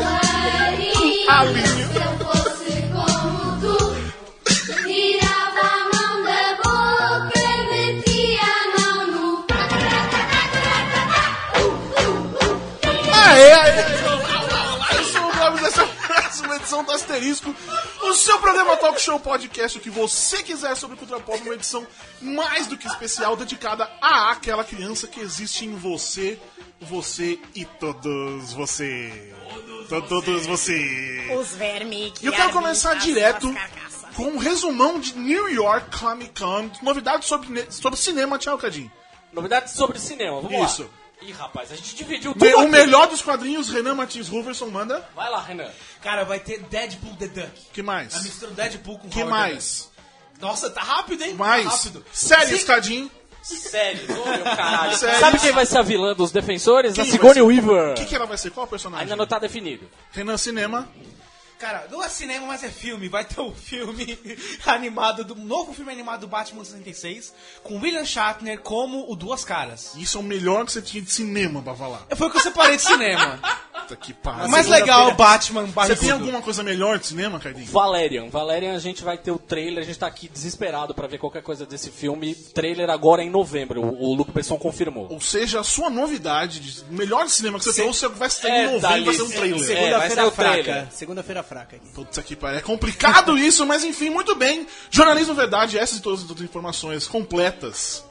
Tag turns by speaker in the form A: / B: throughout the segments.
A: Ah, Aê, aê! Eu sou o Gomes, essa é uma edição do Asterisco, o seu programa Talk Show Podcast, o que você quiser sobre cultura pop, uma edição mais do que especial, dedicada a aquela criança que existe em você, você e todos você. To- Todos você.
B: Os vermes.
A: E eu quero começar direto com um resumão de New York Comic Con, novidades sobre, ne- sobre cinema, tchau, Cadinho.
C: Novidades sobre cinema, vamos
A: Isso.
C: lá. Ih, rapaz, a gente dividiu tudo.
A: Me- O
C: aqui.
A: melhor dos quadrinhos, Renan Martins Ruverson manda.
C: Vai lá, Renan.
D: Cara, vai ter Deadpool The Duck.
A: que
D: A
A: mais?
D: mistura do Deadpool com
A: que
D: Howard
A: mais?
D: the Duck. Nossa, tá rápido, hein? Tá
A: Mais?
D: rápido.
A: Séries,
D: Sim.
A: Cadinho.
C: Sério, ô meu caralho.
A: Séries.
C: Sabe quem vai ser a vilã dos defensores?
A: Quem
C: a
A: vai
C: Sigourney
A: ser?
C: Weaver.
A: O que, que ela vai ser? Qual personagem?
C: É. Ainda não tá definido.
A: Renan Cinema.
D: Cara, não é cinema, mas é filme. Vai ter um filme animado, do um novo filme animado do Batman 66, com William Shatner como o Duas Caras.
A: Isso é o melhor que você tinha de cinema pra falar.
D: Foi o que eu separei de cinema.
A: Puta que pariu.
D: mais legal, Batman,
A: Você
D: Batman.
A: tem alguma coisa melhor de cinema, Cadinho?
C: Valerian. Valerian, a gente vai ter o trailer. A gente tá aqui desesperado pra ver qualquer coisa desse filme. Trailer agora em novembro. O, o Luco Besson confirmou.
A: Ou seja, a sua novidade, de melhor de cinema que você
D: Sim.
A: tem, ou você vai ter
C: É,
A: em novembro, vai
C: Thalys,
A: ser um trailer.
C: é. vai sair o trailer.
D: Segunda-feira fraca aqui.
A: Putz, aqui pariu. É complicado isso, mas enfim, muito bem. Jornalismo Verdade, essas e todas as outras informações completas,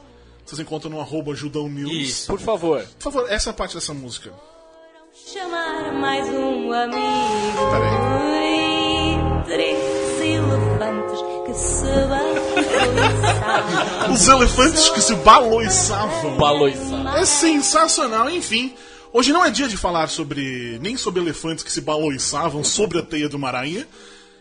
A: vocês encontram no arroba Judão News.
C: Isso. Por favor.
A: Por favor, essa é a parte dessa música.
E: Chamar mais um amigo.
A: Pera aí.
E: Entre elefantes que se balançavam.
A: Os elefantes que se baloiçavam.
C: Baloiça.
A: É sensacional, enfim. Hoje não é dia de falar sobre. nem sobre elefantes que se baloiçavam sobre a teia de uma aranha.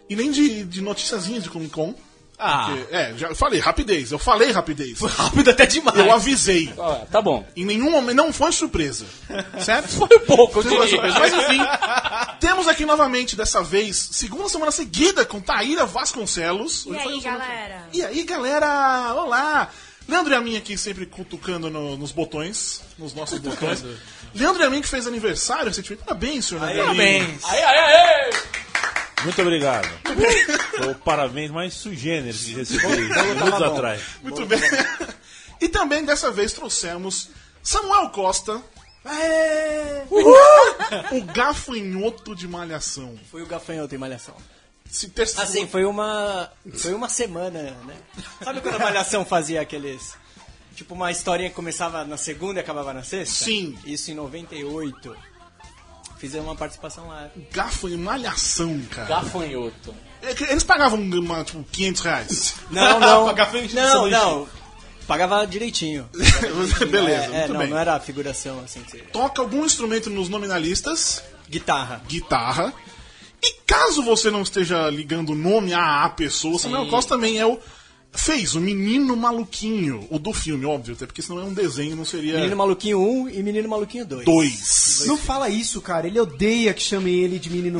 A: E nem de, de noticiazinhas de Comic Con.
D: Ah.
A: Porque, é, já falei, rapidez. Eu falei rapidez.
D: Rápido até demais.
A: Eu avisei.
C: Ó, tá bom.
A: Em nenhum momento. Não foi surpresa. Certo?
C: Foi pouco, eu
A: Foi uma
C: diria.
A: surpresa. Mas assim, enfim. Temos aqui novamente, dessa vez, segunda semana seguida, com Taíra Vasconcelos.
B: E
A: Hoje foi
B: aí,
A: uma semana-
B: galera?
A: E aí, galera? Olá! Leandro e a minha aqui sempre cutucando no- nos botões, nos nossos botões. Leandro e a minha que fez aniversário recentemente. Parabéns, senhor Leandro.
D: Parabéns.
C: Aê, aê, aê!
F: Muito obrigado. Foi o parabéns mais sugênero que recebi minutos atrás.
A: Muito bem. E também dessa vez trouxemos Samuel Costa. Uhul! O gafanhoto de malhação.
G: Foi o gafanhoto em Malhação.
A: Se testa-
G: Assim, foi uma. Foi uma semana, né? Sabe quando a Malhação fazia aqueles. Tipo, uma historinha que começava na segunda e acabava na sexta?
A: Sim.
G: Isso em 98. Fizeram uma participação lá.
A: Gafanhoto, malhação, cara.
C: Gafanhoto.
A: É que Eles pagavam, uma, tipo, 500 reais.
G: Não, não.
D: Pagar frente de
G: não,
D: sanduíche.
G: não. Pagava direitinho.
A: Beleza,
G: é, é,
A: muito
G: não,
A: bem.
G: não era figuração assim que seja.
A: Toca algum instrumento nos nominalistas.
G: Guitarra.
A: guitarra. E caso você não esteja ligando o nome à pessoa, Samuel Costa também é o. Fez o Menino Maluquinho, o do filme, óbvio, até porque senão é um desenho, não seria.
G: Menino Maluquinho 1 e Menino Maluquinho 2.
A: dois.
H: Não fala isso, cara. Ele odeia que chamem ele de menino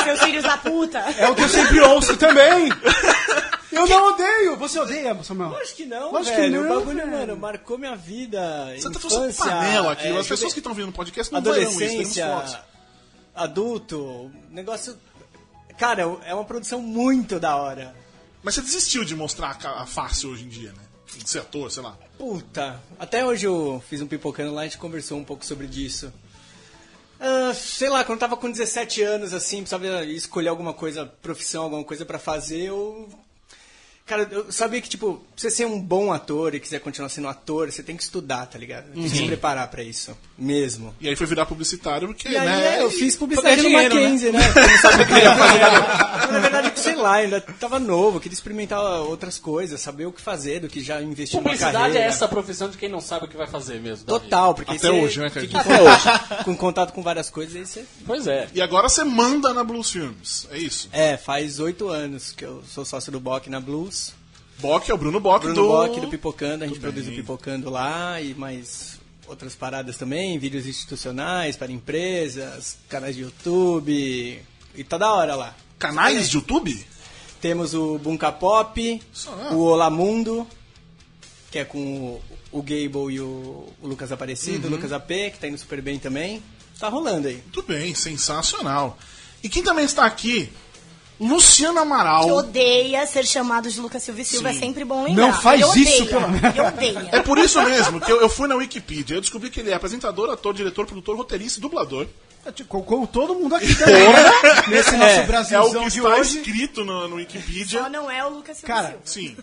B: Seus filhos da puta.
H: é o que eu sempre ouço também. Eu não odeio. Você odeia, Samuel?
G: Acho que não,
H: Lógico que
G: velho.
H: não,
G: o bagulho,
H: velho.
G: mano, marcou minha vida.
A: Você tá trouxendo
G: infância,
A: panela aqui,
G: é,
A: as pessoas
G: juve-
A: que estão vendo o podcast não verão isso, temos
G: adolescência,
A: fotos.
G: adulto, um negócio. Cara, é uma produção muito da hora.
A: Mas você desistiu de mostrar a ca- a face hoje em dia, né? De ser ator, sei lá.
G: Puta, até hoje eu fiz um pipocando lá e a gente conversou um pouco sobre disso. Ah, sei lá, quando eu tava com 17 anos, assim, precisava escolher alguma coisa, profissão, alguma coisa pra fazer, eu. Cara, eu sabia que, tipo, pra você ser um bom ator e quiser continuar sendo ator, você tem que estudar, tá ligado? Tem que se preparar pra isso, mesmo.
A: E aí foi virar publicitário, porque,
G: E aí,
A: né?
G: é, eu fiz publicidade
D: Pra
G: no
D: ganhar dinheiro,
G: Mackenzie, né? Eu não sabia o que eu ia fazer. Mas, Na verdade, sei lá, ainda tava novo, queria experimentar outras coisas, saber o que fazer, do que já investir numa
C: Publicidade
G: carreira.
C: é essa profissão de quem não sabe o que vai fazer mesmo. da vida.
G: Total, porque
A: Até
G: você
A: hoje, né, Cardinho?
G: fica em contato, com contato com várias coisas, aí você...
C: Pois é.
A: E agora você manda na Blues Filmes, é isso.
G: É, faz oito anos que eu sou sócio do BOC na Blues.
A: Bock é o Bruno Bock
G: Bruno
A: do...
G: Bock do Pipocando, a gente produz o Pipocando lá e mais outras paradas também, vídeos institucionais para empresas, canais de YouTube. E tá da hora lá.
A: Canais de YouTube?
G: Temos o Bunka Pop,
A: né?
G: o Olá Mundo, que é com o, o Gable e o, o Lucas Aparecido,
A: Uhum.
G: o Lucas AP, que tá indo super bem também. Tá rolando aí.
A: Muito bem, sensacional. E quem também está aqui? Luciano Amaral.
B: Que odeia ser chamado de Lucas Silva e Silva, é sempre bom lembrar.
H: Não faz
B: Ele
H: isso,
B: odeia.
H: pelo menos.
B: Ele odeia.
A: É por isso mesmo que eu, eu fui na Wikipedia. Eu descobri que ele é apresentador, ator, diretor, produtor, roteirista e dublador.
H: Como, como todo mundo aqui também, né? Nesse nosso
A: É o
H: Brasilzão
A: que
H: de
A: está
H: hoje.
A: escrito no, no
B: Só
A: Wikipedia.
B: não é o Lucas Silva e
H: Cara,
B: Silva.
A: Sim.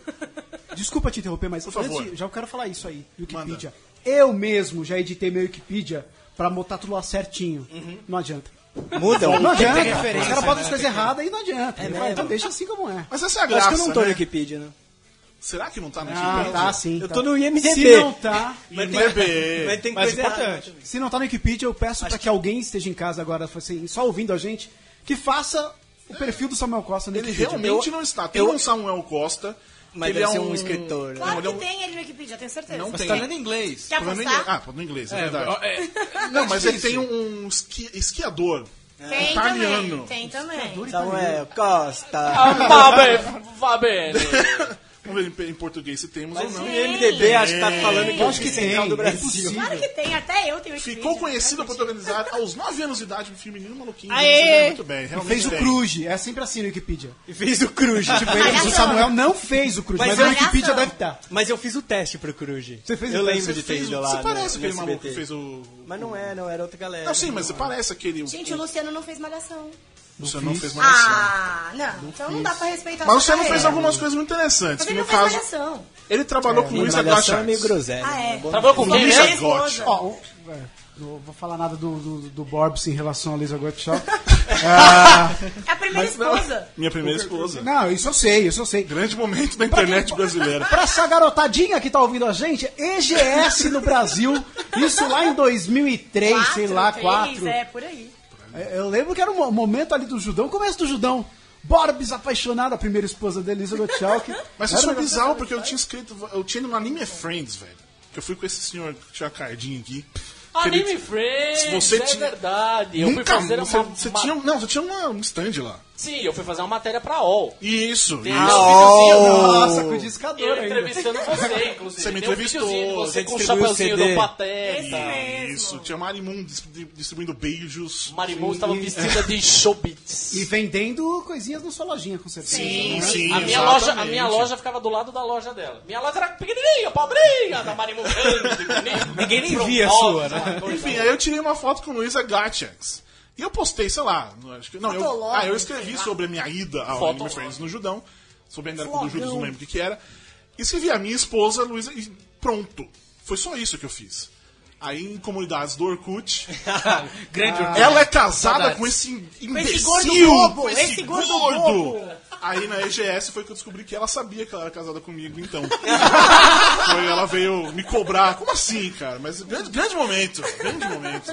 H: Desculpa te interromper, mas
A: Por favor.
H: antes, já quero falar isso aí. Wikipedia. Eu mesmo já editei meu Wikipedia pra botar tudo lá certinho.
G: Uhum.
H: Não adianta.
G: Muda
H: Não
G: o
H: adianta. Os caras
G: né?
H: botam as coisas erradas e não
G: É
H: adianta. Ele fala, então deixa assim como é.
A: Mas essa é a
G: Acho
A: graça.
G: que eu não tô no
A: né?
G: Wikipedia, né?
A: Será que não tá no
H: Ah,
A: Wikipedia? é
H: tá, sim.
G: Eu
H: tá.
G: tô no IMDB.
H: Se não tá,
A: IMDb.
G: Mas tem
D: Mas é
G: coisa errada.
D: importante.
H: se não tá no Wikipedia, eu peço pra que alguém esteja em casa agora, assim, só ouvindo a gente, que faça o perfil do Samuel Costa no
A: Ele
H: Wikipedia.
A: realmente não está. Tem
G: eu-
A: um Samuel Costa.
G: Mas
A: ele é
G: deve ser um escritor, né?
A: Não,
B: Claro
A: ele é um-
B: que tem ele no Wikipedia, tenho certeza.
A: Não
D: Mas
A: tem.
D: tá lendo em inglês.
B: Quer
A: Tá falando em
B: apostar?
A: inglês. Ah, falando em inglês, é, verdade.
D: É,
G: Tá
A: Não, mas ele tem
D: difícil.
A: um esqui- esquiador.
B: Tem
A: Italiano.
B: também. Tem
A: é
B: também.
G: Samuel Então é, Costa.
A: Ah,
C: Vá bene, vá bene.
A: Vamos ver em, em português se temos ou não.
G: O IMDB acho que tá falando que é o
H: Acho que
G: Central
H: tem,
G: do
H: é
G: Brasil.
H: possível.
B: Claro que tem, até eu tenho Wikipedia.
A: Ficou conhecido por organizar aos 9 anos de idade um filme Menino Maluquinho.
B: Aê!
A: Você lembra Muito bem,
H: E
A: realmente
H: fez o
A: tem.
H: Cruze, é sempre assim no Wikipedia.
G: E fez o Cruz. Tipo, ele-
H: O Samuel não fez o Cruz,
G: Mas é
H: mas, o
G: eu-
H: Wikipedia
B: Malhação.
H: deve tá. estar.
G: Mas eu fiz o teste pro Cruze.
H: Você fez o
G: eu
H: teste,
G: lembro
A: Você,
G: de ter
A: fez
G: ido
A: o...
G: lá.
A: você
G: no-
A: parece
G: no
A: aquele maluco que
G: SBT.
A: fez o...
G: Mas não é, não era outra galera.
A: Não, sim, mas você parece aquele...
B: Gente, o Luciano não fez malhação.
A: Você não fez malhação.
B: Ah, não. Então não dá pra respeitar
A: Mas
B: a
A: o
B: sua
G: é.
A: Luciano fez
B: carreira.
A: algumas coisas muito interessantes.
B: Mas
A: Que
B: ele
A: no
B: não fez
A: caso,
B: malhação.
A: ele trabalhou com o Luiz
G: Malhação é
A: Aguachar.
G: meio groselha.
B: Ah, é.
C: Trabalhou com quem?
A: Luísa
C: né?
A: Gotti.
H: Ó, o- é, não vou falar nada do, do, do Borbs em relação a Lisa Gottschalk.
B: É a primeira esposa.
A: Minha primeira
G: é
A: esposa.
H: não, isso eu sei, isso eu sei.
A: Grande momento da internet brasileira.
H: Pra essa garotadinha que tá ouvindo a gente, EGS no Brasil, isso lá em 2003, sei lá,
B: três,
H: 4.
B: É, por aí.
H: É, Eu lembro que era um mo- momento ali do Judão, começo do Judão. Borbs apaixonado, a primeira esposa dele, Lisa Gottschalk.
A: Mas
H: Era
A: isso
H: um
A: é
H: negócio-
A: bizarro, porque eu tinha escrito. Eu tinha ido no Anime é Friends, velho. Que eu fui com esse senhor que tinha a cardinha aqui. Que ele-
C: Ah, Anime é Friends,
A: Você
C: é
A: tinha-
C: verdade. Eu fui
A: Nunca,
C: fazer uma,
A: você, você
C: ma-
A: tinha, não, você tinha uma- um stand lá.
C: Sim, eu fui fazer uma matéria pra UOL.
A: Isso,
C: Tem
A: isso.
H: assim, Nossa, com discador
C: um Eu
H: ainda.
C: entrevistando você, inclusive.
A: Você me
C: Tem um
A: entrevistou,
C: videozinho de
G: você
C: você com o
G: distribuiu
C: chapeuzinho
G: CD.
C: do Pateta.
B: mesmo.
A: Isso, tinha Marimun distri- distribuindo beijos.
C: Marimun estava vestida de showbiz.
H: E vendendo coisinhas na sua lojinha, com certeza.
A: Sim, sim,
C: a, minha
A: exatamente.
C: loja, a minha loja ficava do lado da loja dela. Minha loja era pequenininha, pobrinha, da Marimun grande, bonita.
D: Ninguém nem via a
C: Pro-
D: sua, né?
C: sei lá, coisa.
A: Enfim, aí eu tirei uma foto com Luísa Gatiax. E eu postei, sei lá, não, acho que, não eu,
B: Fotolog,
A: ah, eu escrevi sobre a minha ida ao
C: Fotolog.
A: Anime Friends no Judão, sobre a ainda do Judas, não lembro o que, que era. E escrevi a minha esposa, Luísa, e pronto. Foi só isso que eu fiz. Aí em comunidades do Orkut,
D: Grande orquestra.
A: ela é casada com esse imbecil,
B: gordo bobo,
A: com esse,
B: esse gordo
A: gordo.
B: bobo.
A: Aí na EGS foi que eu descobri que ela sabia que ela era casada comigo, então. foi, ela veio me cobrar. Como assim, cara? Mas grande, grande momento, grande momento.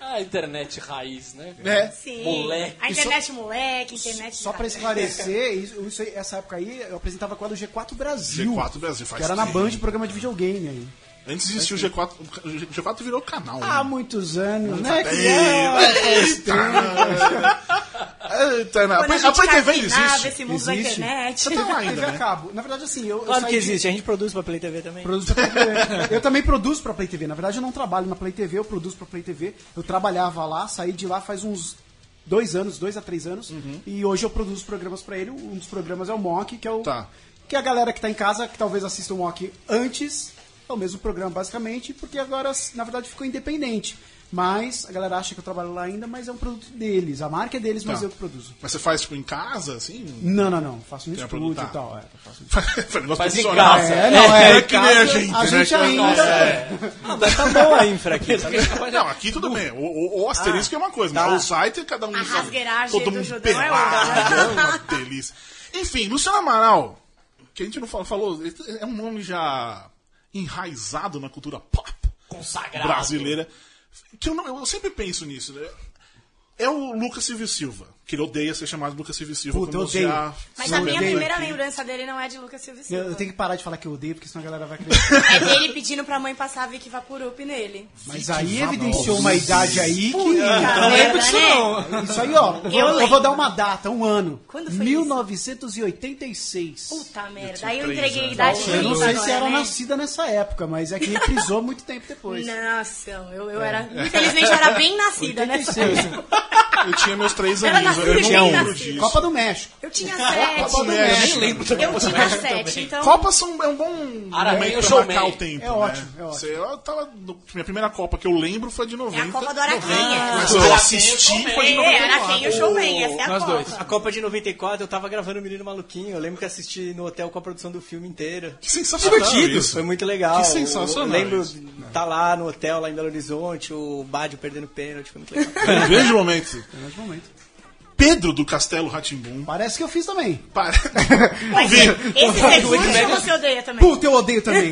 C: A internet raiz, né?
A: Né?
B: Sim.
C: Moleque.
B: A internet moleque, internet...
H: Só pra esclarecer, isso, isso aí- essa época aí eu apresentava quadro G4 Brasil.
A: G4 Brasil faz
H: Que era na
A: tempo.
H: Band, programa de videogame aí.
A: Antes existia o G4. O G4 virou canal.
H: Há
A: né? É,
H: muitos anos, né? Que
A: Eita! Eita, né?
B: Quando a
A: A
B: gente
A: Play TV ainda
B: imaginava
A: existe.
B: esse mundo da
H: Existe.
B: internet.
A: Você tá lá ainda,
H: TV a
A: né?
H: cabo. Na verdade, assim, eu, eu
G: Claro
H: saí
G: que
H: de-
G: existe, a gente produz pra Play TV também.
H: Produzo pra Play TV. eu também produzo pra Play TV. Na verdade, eu não trabalho na Play TV, eu produzo pra Play TV. Eu trabalhava lá, saí de lá faz uns dois anos, dois a três anos.
A: Uhum.
H: E hoje eu produzo programas pra ele. Um dos programas é o Mock, que é o.
A: Tá.
H: Que a galera que tá em casa, que talvez assista o Mock antes, é o mesmo programa, basicamente, porque agora, na verdade, ficou independente. Mas a galera acha que eu trabalho lá ainda, mas é um produto deles. A marca é deles, mas
A: Tá.
H: eu que produzo.
A: Mas você faz tipo em casa, assim?
H: Não, não, não. Faço no
A: Tem a tá.
H: estúdio
A: produtar.
H: e tal. É, eu faço
A: Faz um negócio
C: Faz em
A: profissional.
C: casa.
H: É, não, é.
A: É que nem a gente.
H: A gente
A: né?
H: ainda.
C: é
G: tá bom a infra aqui. tá bom.
A: Não, aqui tudo bem. O, o, o asterisco é uma coisa,
G: tá.
A: mas o site cada um.
B: A
A: sabe.
B: rasgueiragem
A: Todo
B: do
A: mundo
B: Judão é
A: pelado.
B: outra.
A: É uma delícia. Enfim, Luciano Amaral, que a gente não fala- falou, é um nome já enraizado na cultura pop
C: Consagrado.
A: brasileira. Que eu, não- eu sempre penso nisso. né? É o Lucas Silva e Silva, que ele odeia ser chamado Lucas Silva e Silva.
H: Puta,
A: como
H: eu odeio.
A: já
B: Mas a minha
H: Odeio
B: primeira
A: aqui.
B: lembrança dele não é de Lucas Silva e Silva.
H: Eu, eu tenho que parar de falar que eu odeio, porque senão a galera vai acreditar.
B: É dele pedindo pra mãe passar Vicky Vaporup nele.
H: Mas aí evidenciou uma idade aí que.
B: Não lembro disso não.
H: então é Isso aí, ó. Eu vou, eu
B: lembro.
H: vou dar uma data, um ano.
B: Quando foi
H: 1986.
B: Puta merda, aí eu entreguei a idade
H: Eu não
B: limpa,
H: sei se
B: era,
H: era
B: né?
H: nascida nessa época, mas é que reprisou muito tempo depois.
B: Nossa, eu, eu era. Infelizmente eu era bem nascida, né?
A: Eu tinha meus três
B: Era
A: aninhos,
B: nascido
A: eu
B: de
A: não lembro
B: nascido.
A: disso.
H: Copa do México.
B: Eu tinha sete.
A: É,
D: nem lembro também.
B: Eu tinha sete, então.
A: Copa são, é um bom
C: Araminho
A: momento pra
C: showman.
A: marcar o tempo.
H: É ótimo,
A: né?
H: é ótimo.
A: Sei, eu tava no- minha primeira Copa que eu lembro foi a de 90.
B: É a Copa do Araquinha.
A: Mas eu assisti foi de
B: É,
A: 90.
B: Araquém e o Showman, essa é a
D: Nós
B: Copa.
D: dois.
G: A Copa de 94, eu tava gravando o Menino Maluquinho, eu lembro que assisti no hotel com a produção do filme inteiro.
A: Que sensacional
G: Divertido,
A: isso.
G: Foi muito legal.
A: Que sensacional
G: Eu lembro
A: isso.
G: de tá lá no hotel, lá em Belo Horizonte, o Bádio perdendo pênalti, foi muito legal.
A: Foi um grande momento.
H: Grande momento.
A: Pedro do Castelo Ratimbum.
H: Parece que eu fiz também.
A: Para.
B: Mas esse segundo que você odeia também.
H: Puta, eu odeio também.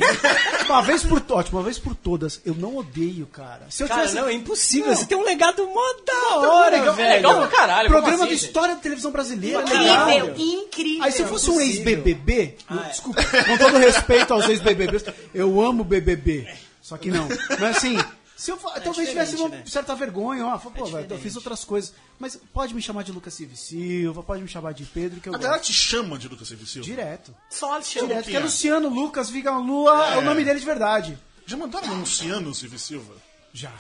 H: uma vez por todas, uma vez por todas, eu não odeio, cara. Se eu
G: Cara,
H: tivesse
G: não, é impossível.
H: Não.
G: Você tem um legado mó da
H: Puta,
G: hora,
H: legal,
G: velho.
C: legal pra caralho, como
H: Programa
C: assim,
H: da
C: gente?
H: história da televisão brasileira, legal.
B: Incrível, incrível.
H: Aí se eu fosse um ex-BBB, eu- desculpa, com todo respeito aos ex-BBBs, eu amo BBB, só que não. Mas assim, se eu, fa- talvez
G: diferente,
H: tivesse uma
G: né?
H: certa vergonha, ó, fala, pô, velho, eu fiz outras coisas. Mas pode me chamar de Lucas Silva e Silva, pode me chamar de Pedro, que eu
A: A galera
H: gosto.
A: te chama de Lucas Silva. e Silva.
H: Direto.
B: Só chama.
H: Direto, que é
A: Luquinha.
H: Luciano Lucas Viga Lua, é o nome dele de verdade.
A: Já mandaram um Luciano Silva e Silva?
H: Já.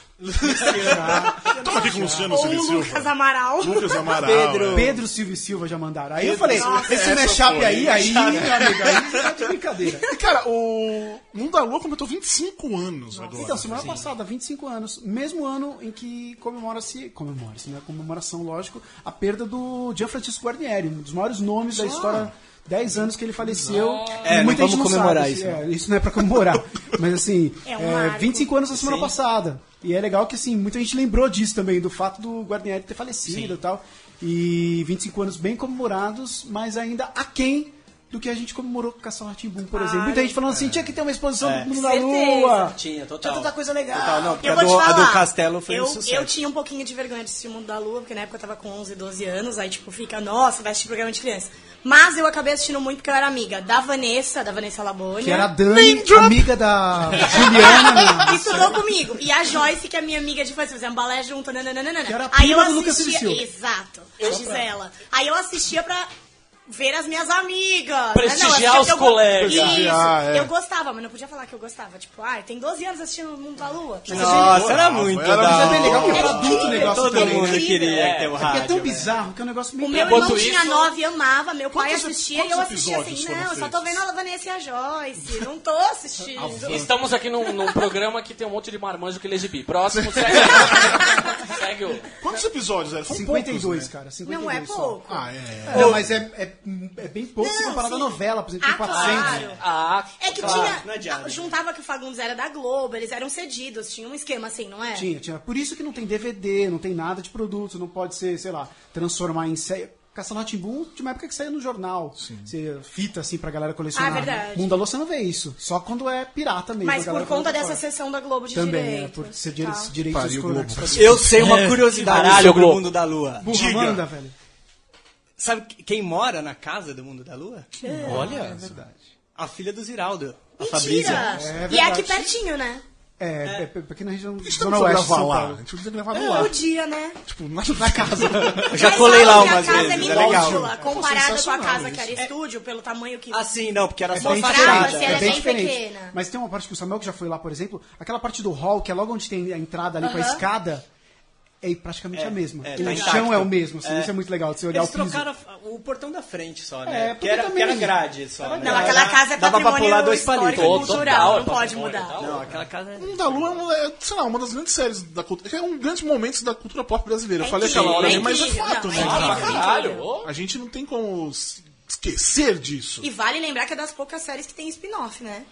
A: Toma aqui com o Luciano
B: Ou
A: Silva e
B: o Lucas
A: Silva.
B: Amaral.
A: Lucas Amaral.
H: Pedro.
A: é.
H: Pedro Silva e Silva já mandaram. Aí eu falei,
A: Nossa,
C: é.
H: esse
A: essa
H: mashup
A: foi.
H: aí, aí, meu amigo, aí tá de brincadeira.
A: E, Cara, o Mundo Alô completou 25 anos agora.
H: Então, semana passada, 25 anos, mesmo ano em que comemora-se, comemora-se, né? Comemoração, lógico, a perda do Gianfrancesco Guarnieri, um dos maiores nomes da história. 10 anos que ele faleceu.
G: É,
H: e
G: não vamos
H: não
G: comemorar
H: sabe,
G: isso, né?
H: é, isso não é pra comemorar. mas assim,
B: É um
H: é,
B: marco.
H: 25 anos da semana passada. E é legal que assim, muita gente lembrou disso também, do fato do Guarnieri ter falecido e tal. E 25 anos bem comemorados, mas ainda aquém do que a gente comemorou com o Cação Boom, por exemplo. Muita gente falando assim, tinha que ter uma exposição
G: É.
H: do mundo na
B: Certeza.
H: lua.
G: Tinha, total.
H: Tinha tanta coisa legal.
G: Total, não, porque
B: Eu
G: a
B: vou te
G: do, a
B: falar,
G: do Castelo foi
B: eu,
G: um sucesso.
B: Eu tinha um pouquinho de vergonha de assistir o Mundo da Lua, porque na época eu tava com 11, 12 anos, aí tipo fica, nossa, vai assistir programa de criança. Mas eu acabei assistindo muito porque eu era amiga da Vanessa, da Vanessa Laboni.
H: Que era a Dani, amiga da Juliana. né?
B: que estudou comigo. E a Joyce, que é minha amiga de infância, fazia um balé junto, nananana.
H: Que era a
B: Aí eu
H: prima do Lucas
B: assistia.
H: Silva.
B: Exato, a Gisela. Aí eu assistia pra ver as minhas amigas. né?
C: Prestigiar
B: eu assistia
C: os
B: porque eu go-
C: colegas.
B: Isso,
A: Prestigiar, é.
B: eu gostava, mas não podia falar que eu gostava. Tipo, ah, tem 12 anos assistindo o Mundo da Lua.
G: Nossa, era
A: Era
G: muito
A: bem
G: da
H: Mas é bem legal
G: hora.
H: porque era adulto o negócio
G: Todo
H: também,
G: mundo
H: né?
G: queria
C: É.
G: ter o
H: Porque
G: rádio.
H: é tão
G: né?
H: bizarro que é um negócio meio...
B: O meu
C: Enquanto
B: irmão tinha
C: isso-
B: nove, amava, meu pai
A: Quantos-
B: assistia e eu
A: quantos
B: assistia assim,
A: episódios
B: não,
A: foram
B: só tô vendo a Vanessa e a Joyce, não tô assistindo.
C: Estamos aqui num, num programa que tem um monte de marmanjo que lê gibi. Próximo, segue. segue o...
A: Quantos episódios eram? Foram
H: 52,
A: poucos, né?
H: cara. 52
B: Não é
H: só.
B: pouco.
A: Ah, é.
H: É, Não, mas é, é, é bem pouco se
B: Não,
H: comparado à
B: sim.
H: novela, por exemplo,
B: Ah,
H: tem 400.
G: né?
B: claro.
C: Ah,
B: É que
G: Claro, Tá, não
B: tinha.
G: adianta.
B: juntava que o Fagundes era da Globo, eles eram cedidos, tinha um esquema assim, não é?
H: Tinha, tinha. Por isso que não tem DVD, não tem nada de produto, não pode ser, sei lá, transformar em série. Castelo Ratimbum tinha uma época que saía no jornal. Você fita assim pra galera colecionar.
B: Ah, verdade.
H: Mundo da Lua, você não vê isso. Só quando é pirata mesmo. a
B: Mas por
H: galera
B: conta
H: coloca
B: dessa
H: fora.
B: sessão da Globo de
H: Também, é,
B: direito.
H: por ser dire-
B: Tá.
H: direitos
A: Pariu,
H: econômicos.
A: Globo.
G: Eu sei uma curiosidade
C: Caralho,
G: sobre o
C: Globo.
G: mundo da lua.
H: Burra,
A: Diga.
H: manda, velho.
G: Sabe que- quem mora na casa do mundo da lua? Olha. É verdade. A filha do Ziraldo, a
B: Mentira!
G: Fabrícia.
B: e é aqui pertinho, né?
H: É, é. é, é aqui na região
A: A gente
H: Zona
A: não precisa
H: Oeste. de
A: gravar
H: São
A: lá. A
H: Paulo.
A: gente precisa gravar no ar.
B: Podia, né?
A: Tipo, na, na casa.
G: Eu já colei lá
B: a
G: umas
B: casa é
G: vezes, é legal.
B: minúscula, comparada com a
A: sensacional
B: casa que
A: isso.
B: era estúdio, pelo tamanho que.
G: Assim, não, porque era só né?
B: bem
G: uma
B: diferente.
G: fachada.
B: Ela é
H: bem
B: bem
H: diferente.
B: pequena.
H: Mas tem uma parte que o Samuel que já foi lá, por exemplo, aquela parte do hall, que é logo onde tem a entrada ali com a
B: Aham.
H: escada, é praticamente a mesma.
G: é, tá
H: o chão
G: intacto.
H: é o mesmo, assim, isso é muito legal de você olhar
G: Eles
H: o piso.
G: trocaram a- o portão da frente só,
H: É,
G: né?
H: porque
G: que, era,
H: também-
G: que era grade só. né?
B: Não, aquela casa é
G: Dava pra pular
B: patrimônio
G: dois
B: histórico
G: palitos.
B: e
C: Total,
B: cultural,
C: é
B: não pode
C: patrimônio
B: mudar.
C: total.
G: Não, aquela casa é...
A: Mundo da Lua é, um- é, sei lá, uma das grandes séries da cultura. É um grande momento da cultura pop brasileira. Eu
B: É
A: falei
B: incrível,
A: aquela hora
B: é
A: ali, mas é
B: incrível.
A: fato,
B: Não,
A: né?
B: é
A: cara?
B: incrível.
C: Ah, Caralho, ô.
A: A gente não tem como s- esquecer disso.
B: E vale lembrar que é das poucas séries que tem spin-off, né?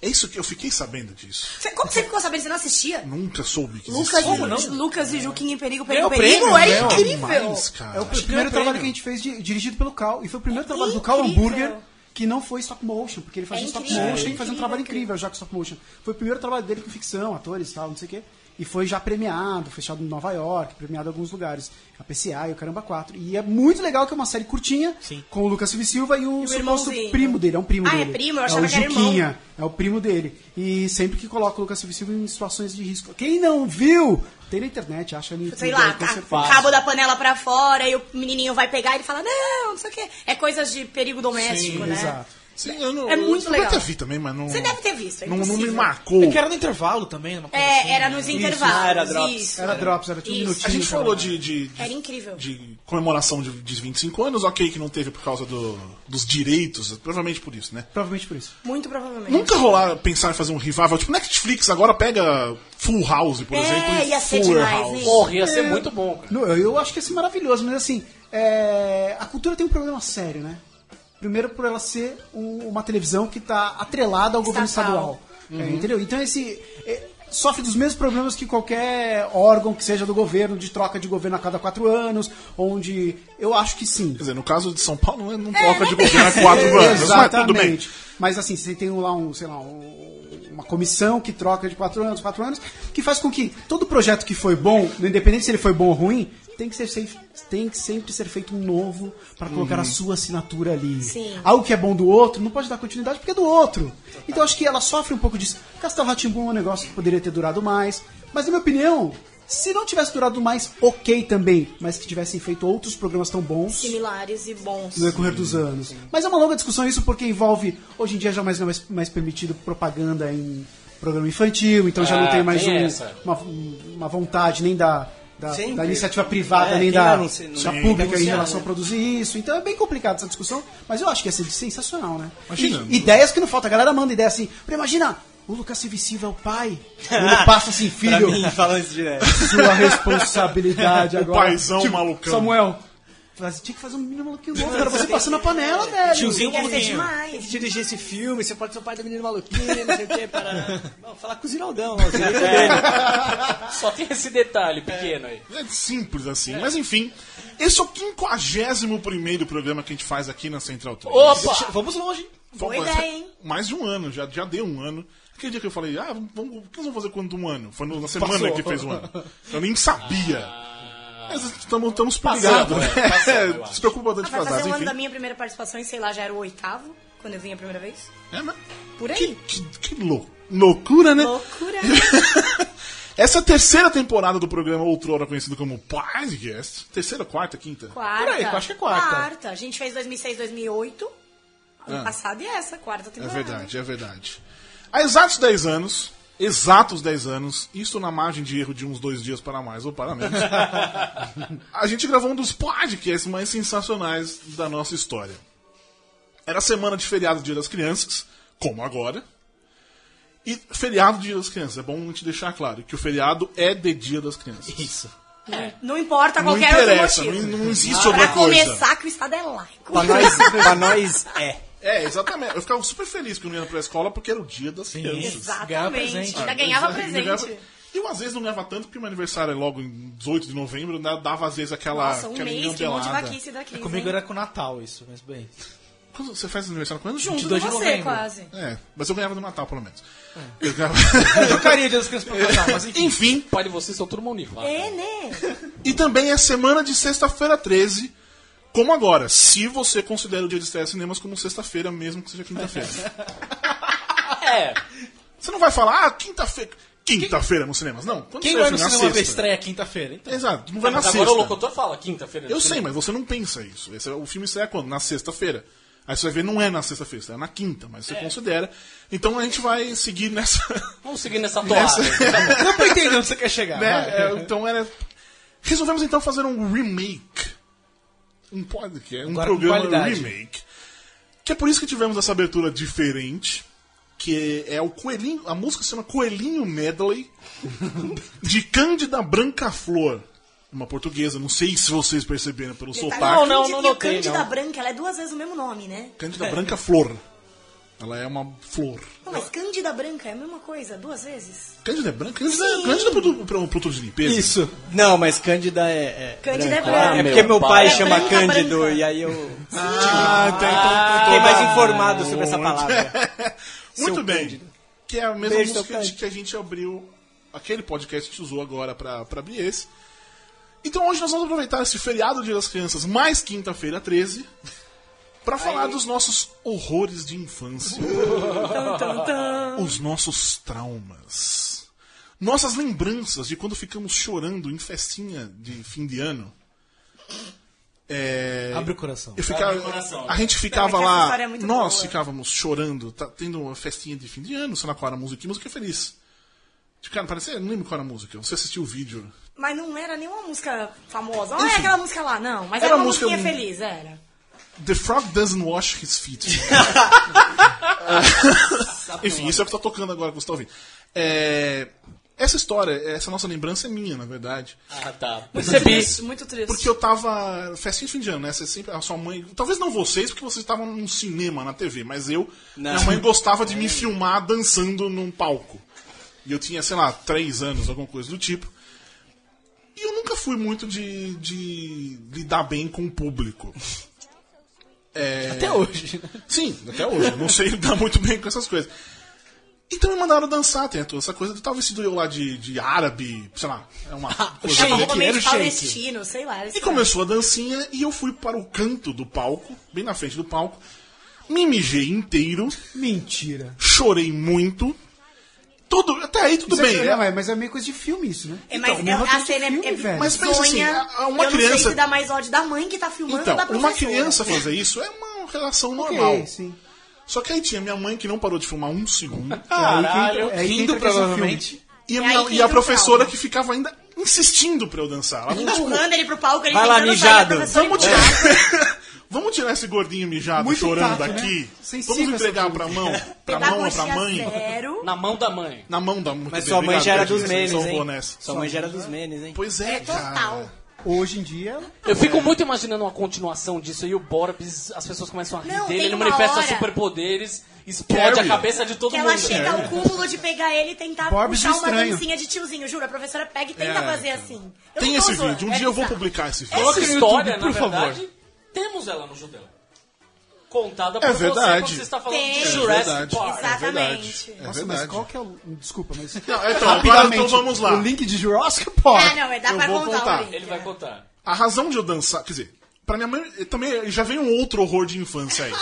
A: É isso que eu fiquei sabendo disso.
B: Você- Como você ficou sabendo que você não assistia?
A: Nunca soube que
B: Lucas,
A: existia.
B: e, Lucas e Juquinha em Perigo, Perigo,
C: Ganhou
B: Perigo,
C: prêmio,
B: é
A: Não,
B: incrível!
A: Mas, cara.
H: É o primeiro trabalho que a gente fez de- dirigido pelo Cal. E foi o primeiro trabalho do Cal
B: Incrível.
H: Hamburger, que não foi stop motion, porque ele fazia
B: É
H: stop
B: incrível,
H: motion
B: é
H: e fazia um trabalho incrível já com stop motion. Foi o primeiro trabalho dele com ficção, atores e tal, não sei o quê. E foi já premiado, fechado em Nova York, premiado em alguns lugares. A PCA e o Caramba 4. E é muito legal que é uma série curtinha,
D: Sim.
H: com o Lucas Silva e Silva e o,
B: E o
H: suposto
B: irmãozinho.
H: primo dele. É um primo
B: Ah, é
H: dele.
B: primo? Eu
H: é
B: achava
H: o
B: que era irmão.
H: Juquinha. É o primo dele. E sempre que coloca o Lucas Silva e Silva em situações de risco. Quem não viu, tem na internet, acha no YouTube,
B: sei lá, tá.
H: aí, com
B: ca-
H: certeza.
B: cabo da panela pra fora e o menininho vai pegar e ele fala, não, não sei o quê. É coisas de perigo doméstico, né?
H: Exato.
A: Sim, eu não,
B: É muito
A: eu
B: legal.
A: até vi também, mas não.
B: Você deve ter visto, é
A: não, não me
B: impossível.
A: marcou.
D: É que era no intervalo também, uma coisa assim,
B: É, era
D: né?
B: nos intervalos.
G: Ah, era drops.
B: Isso.
H: Era drops, era tipo um
B: Isso.
H: minutinho.
A: A gente
H: cara.
A: falou de, de, de-
B: né? Era incrível.
A: de comemoração de, de 25 anos, ok, que não teve por causa do- dos direitos, provavelmente por isso, né?
H: Provavelmente por isso.
B: Muito provavelmente.
A: Nunca rolar pensar em fazer um revival, tipo Netflix agora pega Full House, por
B: É,
A: exemplo. e
B: ia ser
A: Full
B: demais,
A: House.
B: hein?
C: Porra, ia ser muito bom, cara.
H: No- Eu, eu acho que ia ser maravilhoso, mas assim, é, a cultura tem um problema sério, né? Primeiro por ela ser um- uma televisão que está atrelada ao governo estadual.
B: Estatal.
H: É, entendeu? Então esse. é, sofre dos mesmos problemas que qualquer órgão que seja do governo, de troca de governo a cada quatro anos, onde. Eu acho que sim.
A: Quer dizer, no caso de São Paulo, não, é- não troca
B: né?
A: de governo há quatro anos, mas tudo bem.
H: É, Exatamente. Mas assim, você tem lá um, sei lá, um- uma comissão que troca de quatro anos, quatro anos, que faz com que todo projeto que foi bom, né, independente se ele foi bom ou ruim, tem que ser sempre, tem que sempre ser feito um novo para colocar
A: Uhum.
H: a sua assinatura ali.
B: Sim.
H: Algo que é bom do outro não pode dar continuidade porque é do outro. Então acho que ela sofre um pouco disso. Castelvatimbum é um negócio que poderia ter durado mais, mas na minha opinião, se não tivesse durado mais, ok também, mas que tivessem feito outros programas tão bons
B: Similares e bons.
H: no decorrer dos anos. Mas é uma longa discussão isso porque envolve, hoje em dia já mais não é mais, mais permitido propaganda em programa infantil, então já
C: Ah,
H: não tem mais
C: tem
H: um-
C: essa.
H: uma, uma vontade nem da, da,
G: Sempre.
H: da iniciativa privada,
G: É,
H: nem
G: quem
H: da,
G: anuncia- não-
H: da
G: Sim,
H: pública em
G: anuncia,
H: relação
G: né?
H: a produzir isso. Então é bem complicado essa discussão, mas eu acho que ia ser sensacional, né?
A: Imagina.
H: E- ideias que não falta, a galera manda ideia assim, "Pô, imagina, o Lucas Silva e Silva é o pai, ele passa assim,
G: Pra
H: filho,
G: mim, falando isso direto.
H: sua responsabilidade
A: O
H: agora.
A: paizão
B: Tipo,
A: malucão.
H: Samuel, faz- tinha que fazer um menino maluquinho novo, cara. Você passando a panela,
G: um
H: velho.
D: Tiozinho
B: Ia ser
D: burrinho.
G: Tem que
B: demais.
G: dirigir esse filme, você pode ser o pai do menino maluquinho, não sei o que, para. Não, falar com o Ziraldão, ó, o Ziraldão.
B: É,
C: Só tem esse detalhe pequeno aí.
A: É simples assim, mas enfim. Esse é o 51 primeiro programa que a gente faz aqui na Central 3.
D: Deixa- Vamos longe.
B: Boa
A: Pô, mas
B: ideia, hein?
A: Mais de um ano, já, já deu um ano. Aquele dia que eu falei, ah, vamos, vamos- o que nós vamos fazer quando um ano? Foi no- na semana que fez um ano. Eu nem sabia.
B: Ah.
A: Mas estamos estamos ligados, né? Se preocupa tanto de
B: Vai
A: fazer,
B: fazer um ano
A: enfim.
B: da minha primeira participação e sei lá, já era o oitavo, quando eu vim a primeira vez.
A: É, né?
B: Por
A: Que,
B: aí.
A: que, que lou- loucura, né?
B: Loucura.
A: Essa terceira temporada do programa Outrora, conhecido como Podcast. Terceira, quarta, quinta?
B: Quarta. Ah,
D: Por aí, eu acho que é quarta.
B: Quarta. A gente fez 2006, 2008. Ano
A: Ah.
B: passado e essa, quarta
A: É
B: temporada.
A: verdade, é verdade. Há exatos 10 anos, exatos 10 anos, isso na margem de erro de uns dois dias para mais ou para menos, a gente gravou um dos podcasts mais sensacionais da nossa história. Era semana de feriado do Dia das Crianças, como agora. E feriado do Dia das Crianças, é bom a gente deixar claro que o feriado é de Dia das Crianças.
D: Isso.
B: Não importa
A: Não
B: qualquer
A: interessa,
B: outro
A: não,
B: motivo.
A: não existe outra
B: Pra
A: coisa.
B: começar, que o estado é laico.
G: pra, nós, pra nós é.
A: É, exatamente. Eu ficava super feliz que eu não ia pra escola porque era o dia das crianças.
D: Ganhava
B: Exatamente.
D: presente.
B: Ainda ganhava
A: Ainda ganhava-
B: Tá presente.
A: Eu às vezes não ganhava tanto, porque meu aniversário é logo em 18 de novembro, né? dava às vezes aquela.
B: Nossa, um
A: aquela
B: mês, que um monte de
A: engambelada.
B: vaquice da
G: É
B: crise.
D: Comigo
B: hein?
D: era com o Natal isso, mas bem.
A: Quando você faz aniversário quando?
B: Junto
A: Junto.
B: com
D: 22 de
B: você,
D: novembro.
B: quase.
A: É, mas eu ganhava no Natal, pelo menos. Eu ganhava...
D: Eu trocaria Dia das Crianças pra Natal, mas enfim.
A: Enfim,
C: Pai de vocês são tudo mão univada.
B: É, né?
A: e também é semana de sexta-feira 13. Como agora, se você considera o dia de estreia de cinemas como sexta-feira, mesmo que seja quinta-feira.
C: É,
A: você não vai falar, ah, quinta-feira. Quinta-feira nos cinemas, não. Quando
D: Quem
A: você
D: vai no
A: na
D: cinema ver
A: sexta.
D: estreia quinta-feira? Então.
A: Exato, não vai na
C: mas
A: sexta.
C: agora o locutor fala quinta-feira. é no
A: Eu sei,
C: cinema.
A: mas você não pensa isso. Esse é- o filme estreia quando? Na sexta-feira. Aí você vai ver, não é na sexta-feira, é na quinta, mas você considera. Então a gente vai seguir nessa. né?
C: Vamos seguir nessa toada.
A: nessa
D: Não tô entendendo onde você quer chegar. vai.
A: né? É, então era. Resolvemos então fazer um remake. Um podcast, um
D: Agora com
A: programa
D: qualidade.
A: remake. Que é por isso que tivemos essa abertura diferente. Que é o Coelhinho. A música se chama Coelhinho Medley. de Cândida Branca Flor. Uma portuguesa, não sei se vocês perceberam
B: Tá
A: pelo sotaque.
C: Não, não, não
B: E o
C: notei,
B: Cândida
C: não.
B: Branca, ela é duas vezes o mesmo nome, né?
A: Cândida Branca Flor. Ela é uma flor.
B: Não, mas Cândida Branca é a mesma coisa, duas vezes.
A: Cândida é branca? Cândida, é- Cândida é produto, pro- produto de limpeza?
G: Isso. Não, mas Cândida é. é
B: Cândida é
G: branca.
B: branca.
G: É porque meu pai
B: É
G: chama
B: branca,
G: Cândido
B: branca.
G: e aí eu
A: Ah, então, então
G: fiquei mais informado sobre essa palavra.
A: Muito
G: Seu
A: bem.
G: Cândido.
A: Que é a mesma
G: Beijo,
A: música
G: seu
A: de- que a gente abriu aquele podcast que a gente usou agora pra, pra abrir esse. Então hoje nós vamos aproveitar esse feriado do Dia das Crianças, mais quinta-feira 13, pra falar dos nossos horrores de infância.
G: Uhum.
A: Os nossos traumas. Nossas lembranças de quando ficamos chorando em festinha de fim de ano. É...
D: Abre o coração.
A: Eu ficava-
C: Abre o coração.
A: a gente ficava
B: Não, é que essa
A: lá,
B: história é muito
A: nós
B: boa.
A: ficávamos chorando, tá tendo uma festinha de fim de ano, sei lá qual era a música, que música feliz. Tipo, cara, parece, eu não lembro qual era a música, você assistiu o vídeo.
B: Mas não era nenhuma música famosa. Não
A: Enfim.
B: era aquela música lá, não. Mas
A: Era
B: era,
A: uma
B: uma
A: música-
B: musiquinha feliz, era.
A: The Frog Doesn't Wash His Feet. Enfim, isso é o que tá tocando agora, Gustavo. É, essa história, essa nossa lembrança é minha, na verdade.
C: Ah, tá.
B: Muito triste, muito triste.
A: Porque eu tava. Festinha de fim de ano, né? Você sempre, a sua mãe. Talvez não vocês, porque vocês estavam num cinema, na TV, mas eu. Minha mãe gostava de
G: É.
A: me filmar dançando num palco. E eu tinha, sei lá, três anos, alguma coisa do tipo. E eu nunca fui muito de, de lidar bem com o público. É.
G: Até hoje. né?
A: Sim, até hoje. Não sei lidar muito bem com essas coisas. Então me mandaram dançar, tem toda essa coisa. Eu tava vestido eu lá de, de árabe, sei lá. É uma coisa
B: Tava
A: qualquer.
B: totalmente palestino, sei lá. era
A: E
B: esse cara.
A: começou a dancinha e eu fui para o canto do palco, bem na frente do palco, me mijei inteiro,
H: Mentira.
A: chorei muito. Tudo, até aí tudo
H: Isso
A: bem.
H: é,
A: né?
H: não, é, mas é meio coisa de filme isso, né?
B: É, mas
H: Então,
B: é-
H: roteiro
B: a
H: de
B: cena é,
H: filme,
B: é
H: velho.
A: Mas pensa
B: bizonha.
A: assim, a- a uma
B: eu não
A: criança-
B: sei se dá mais ódio da mãe que tá filmando
A: Então,
B: ou da
A: uma
B: professora.
A: criança fazer isso é uma relação
H: Ok,
A: normal.
H: sim.
A: Só que aí tinha minha mãe que não parou de filmar um segundo.
D: Caralho,
H: É aí que entra- é aí que
D: rindo
H: entra esse filme.
D: provavelmente.
A: E a,
B: É
A: minha-
B: aí
A: e
B: que
A: a
B: entra o
A: professora
B: trauma.
A: que ficava ainda insistindo pra eu dançar. Ela, não, tipo,
B: Empurrando ele pro palco, ele
G: Vai lá,
B: tentando sair, a
G: mijado.
B: professora
A: vamos
B: empurrando.
A: tirar, vamos tirar esse gordinho mijado
H: É. Muito
A: chorando
H: tato, né?
A: daqui.
H: Sensível
A: Vamos
H: essa
A: entregar pra mão, pra mão ou pra
B: Pedagogia
A: mãe.
B: zero.
C: Na mão da mãe.
A: Na mão da muito
G: Mas
A: bem,
G: sua mãe
A: obrigado,
G: já era
A: Pedro,
G: dos
A: você me
H: um
G: menes,
A: salvou
G: hein?
A: nessa.
G: Sua mãe já era dos menes, hein?
A: Pois é,
B: É total.
A: cara.
H: Hoje em dia,
C: Eu fico muito imaginando uma continuação disso aí, o Borbs, as pessoas começam a rir
B: Não,
C: dele,
B: tem
C: ele
B: uma
C: manifesta
B: hora-
C: superpoderes, explode
A: Carrie.
C: a cabeça de todo
B: Que
C: mundo.
B: ela chega ao cúmulo de pegar ele e tentar
H: Borbs
B: puxar
H: do
B: uma
H: estranho.
B: dancinha de tiozinho, juro. A professora pega e tenta
A: É,
B: fazer
A: cara.
B: assim. Eu
A: Tem
B: não tô
A: esse
B: zoando,
A: vídeo, um
B: é
A: dia eu vou
B: bizarro.
A: publicar esse vídeo.
C: Essa
H: no
C: história,
H: YouTube, por
C: na verdade, temos ela no Judeu. Contada por
A: É
C: você
A: verdade.
C: quando você está falando
B: Tem.
C: de
B: É
A: verdade.
C: Jurassic Park.
B: Exatamente.
A: É
H: nossa,
A: verdade.
H: mas qual que é o. Desculpa, mas.
A: Não, então, agora então vamos lá.
H: O link de Jurassic Park.
B: Ah, não, mas dá
A: Eu
B: pra
A: vou
B: contar,
A: contar.
B: o link.
C: Ele vai contar.
A: A razão de eu dançar. Quer dizer, pra minha mãe. Também já vem um outro horror de infância aí.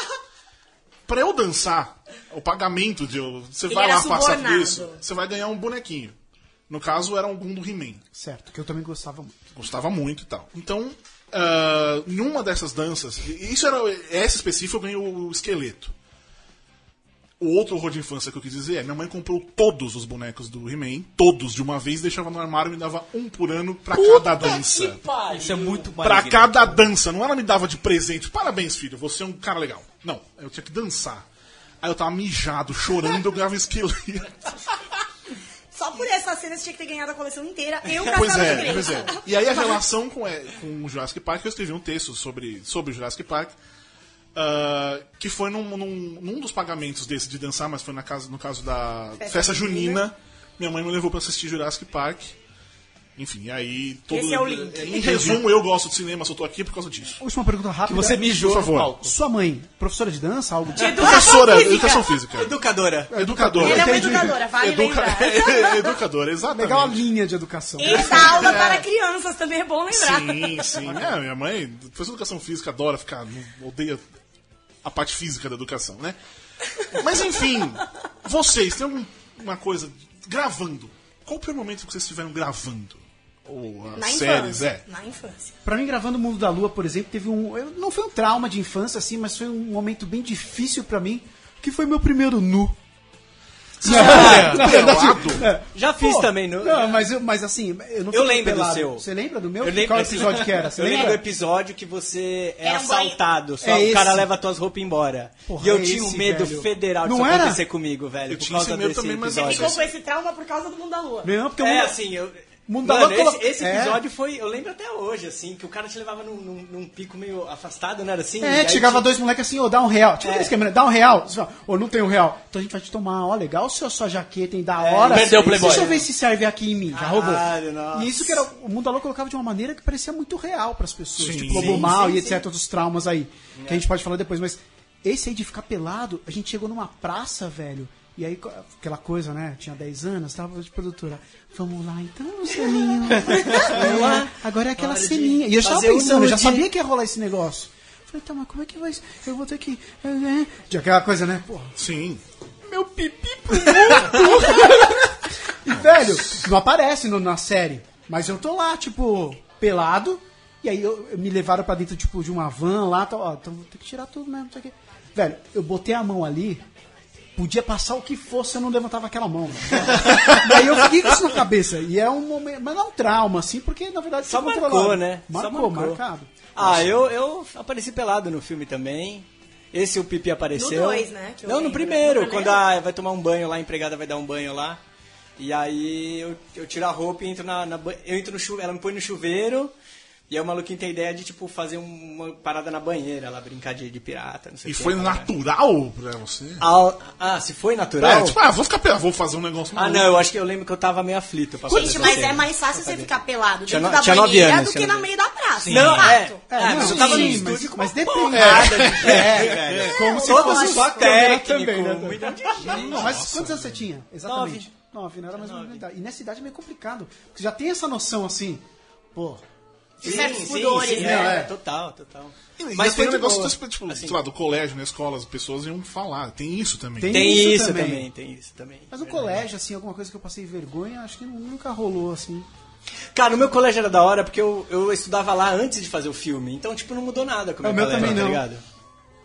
A: pra eu dançar, o pagamento de eu. Você
B: Ele
A: vai
B: era
A: lá passar por
B: subornado.
A: isso, você vai ganhar um bonequinho. No caso, era algum do He-Man.
H: Certo, que eu também gostava muito.
A: Gostava muito e tal. Então, ah, numa dessas danças, e isso era essa específica, eu ganhei o esqueleto. O outro horror de infância que eu quis dizer é: minha mãe comprou todos os bonecos do He-Man, todos de uma vez, deixava no armário e me dava um por ano pra cada dança.
C: Que pariu.
D: Isso é muito
A: Pra
D: maligno.
A: cada dança, não ela me dava de presente. Parabéns, filho, você é um cara legal. Não, eu tinha que dançar. Aí eu tava mijado, chorando, eu ganhava um esqueleto.
B: Só por essa cena você tinha que ter ganhado a coleção inteira. Eu
A: Pois
B: caçava de
A: é,
B: igreja.
A: pois é. E aí a relação com, é, com o Jurassic Park, eu escrevi um texto sobre, sobre o Jurassic Park, ah, que foi num, num, num dos pagamentos desse de dançar, mas foi na casa, no caso da festa,
B: Festa
A: junina.
B: junina.
A: Minha mãe me levou pra assistir Jurassic Park. Enfim, e aí... Todo,
B: Esse é o link.
A: Em resumo, eu gosto de cinema, só tô aqui por causa disso.
H: Última pergunta rápida.
D: Você mijou
A: Por favor.
D: no palco.
H: Sua mãe, professora de dança, algo
B: É.
H: de...
A: tá Professora, educação física.
G: Educadora.
A: Educadora.
B: Ela é uma
H: Entendi.
B: educadora, vale
A: Educa... É,
B: lembrar.
A: Educadora, exatamente.
H: Legal a linha de educação.
B: E dá aula para crianças também, é bom lembrar.
A: Sim, sim. É, minha mãe, depois de educação física, adora ficar. não- odeia a parte física da educação, né? Mas enfim, vocês têm alguma coisa. Gravando. Qual o pior momento que vocês estiveram gravando? Ou as
B: Na
A: séries,
B: infância.
A: é.
B: Na infância.
H: Pra mim, gravando o Mundo da Lua, por exemplo, teve um. eu- não foi um trauma de infância, assim, mas foi um momento bem difícil pra mim, que foi meu primeiro nu.
G: é.
H: é.
A: Na verdade,
G: Já fiz
H: Pô,
G: também, não?
H: Não, mas, eu- mas assim, eu não
G: Eu
H: fiquei
G: lembro do
H: pelado.
G: seu.
H: Você lembra do meu?
G: Eu lembro,
H: Qual episódio que era? Você
G: eu lembro do
H: lembra?
G: episódio que você é
B: Era um banho-
G: assaltado, só
H: É
G: o cara
H: esse.
G: leva tuas roupas embora.
H: Porra,
G: e eu
H: é
G: tinha um
H: esse,
G: medo
H: velho.
G: federal de
H: Não
G: isso
H: era?
G: acontecer comigo, velho,
A: Eu
G: por
A: tinha esse
G: causa
A: medo
G: desse
A: também, mas eu
B: Você
G: episódio.
B: ficou com esse trauma por causa do mundo da lua.
H: Não, porque o
G: É
H: mundo-
G: assim, eu,
H: Mundalu
G: Mano,
H: colo-
G: esse, esse
H: É.
G: episódio foi, eu lembro até hoje, assim, que o cara te levava num, num- num pico meio afastado, não era assim? E
H: É,
G: aí
H: chegava
G: te-
H: dois moleques assim, ô, dá um real. Tinha
G: É.
H: aquele esquema, né? Dá um real. Você fala, Ô, não tem um real. Então a gente vai te tomar, ó, legal, seu sua jaqueta, hein, da hora.
C: perdeu o Playboy.
H: Deixa eu ver se serve aqui em mim. Já roubou.
G: Caralho, nossa.
H: E isso que era, o Mundo Alô colocava de uma maneira que parecia muito real pras pessoas.
I: Sim.
H: tipo, lobo
I: Sim,
H: mal e etc, dos traumas aí. Que a gente pode falar depois, mas esse aí de ficar pelado, a gente chegou numa praça, velho. E aí, co- aquela coisa, né? Tinha 10 anos, tava de produtora. Vamos lá, então, Lucianinho. Vamos lá. Agora é aquela
G: Hora de
H: ceninha. E eu já tava
G: fazer o
H: pensando, eu já
G: nude.
H: sabia que ia rolar esse negócio. Falei, tá, mas como é que vai ser? Eu vou ter que. é, é. De aquela coisa, né? Porra.
I: Sim.
H: Meu pipi pro mundo! e, velho, não aparece no- na série. Mas eu tô lá, tipo, pelado. E aí eu, eu- me levaram pra dentro, tipo, de uma van lá. Tá, ó, então vou ter que tirar tudo mesmo. não sei o quê. Velho, eu botei a mão ali. Podia passar o que fosse, eu não levantava aquela mão. velho. e aí eu fiquei com isso na cabeça. E é um momento. Mas não é um trauma, assim, porque na verdade
G: Só
H: você
G: marcou,
H: controlava.
G: né? Só
H: Marcou,
G: marcou.
H: marcado.
G: Ah, eu, eu apareci pelado no filme também. Esse o Pipi apareceu.
B: No dois, né, que eu
G: Não, no
B: lembro.
G: primeiro,
B: No primeiro?
G: quando a vai tomar um banho lá, a empregada vai dar um banho lá. E aí eu, eu tiro a roupa e entro na, na ba- eu entro no chuveiro, ela me põe no chuveiro. E aí o maluquinho tem a ideia de tipo fazer uma parada na banheira, lá brincar de, de pirata, não sei
A: E
G: o que,
A: foi
G: né?
A: natural pra você?
G: Ao- Ah, se foi natural?
A: É, tipo, ah, vou ficar pelado, vou fazer um negócio
G: Ah, não, eu acho que eu lembro que eu tava meio aflito pra fazer
B: Gente,
G: essa
B: mas
G: cena.
B: é mais fácil você ficar pelado
G: Tinha
B: dentro
G: no-
B: da
G: tinha nove
B: banheira
G: anos,
B: do que
G: tinha
B: no
G: nove-
B: meio da praça.
G: Não,
B: fato.
G: é. É,
H: não,
G: mas É, eu tava no
H: sim,
G: estúdio
H: mas-
G: com
H: mas
G: uma
H: depende.
G: porrada de gente, velho.
H: Como se
G: é. Todos
H: fosse
G: os
H: só câmera
G: técnicos,
H: também, né?
G: um milhão de gente.
H: Não, mas quantos anos você tinha? Exatamente. Nove, não era mais ou menos idade. E nessa idade é meio complicado. Porque já tem essa noção assim. Pô,
B: Certos pudores,
G: sim,
B: é né?
G: é, total, total.
A: Mas tem
G: foi
A: um
G: de
A: negócio,
G: boa.
A: das- tipo,
G: Assim,
A: sei lá, do colégio, na escola, as pessoas iam falar. Tem isso também.
H: Tem.
G: Tem
H: Isso
G: isso,
H: também.
G: também. tem isso também.
H: mas no colégio, assim, alguma coisa que eu passei vergonha, acho que nunca rolou assim.
G: Cara, o meu colégio era da hora porque eu, eu estudava lá antes de fazer o filme. Então, tipo, não mudou nada com o meu,
H: É, o meu
G: colégio,
H: também
G: tá
H: não.
G: ligado?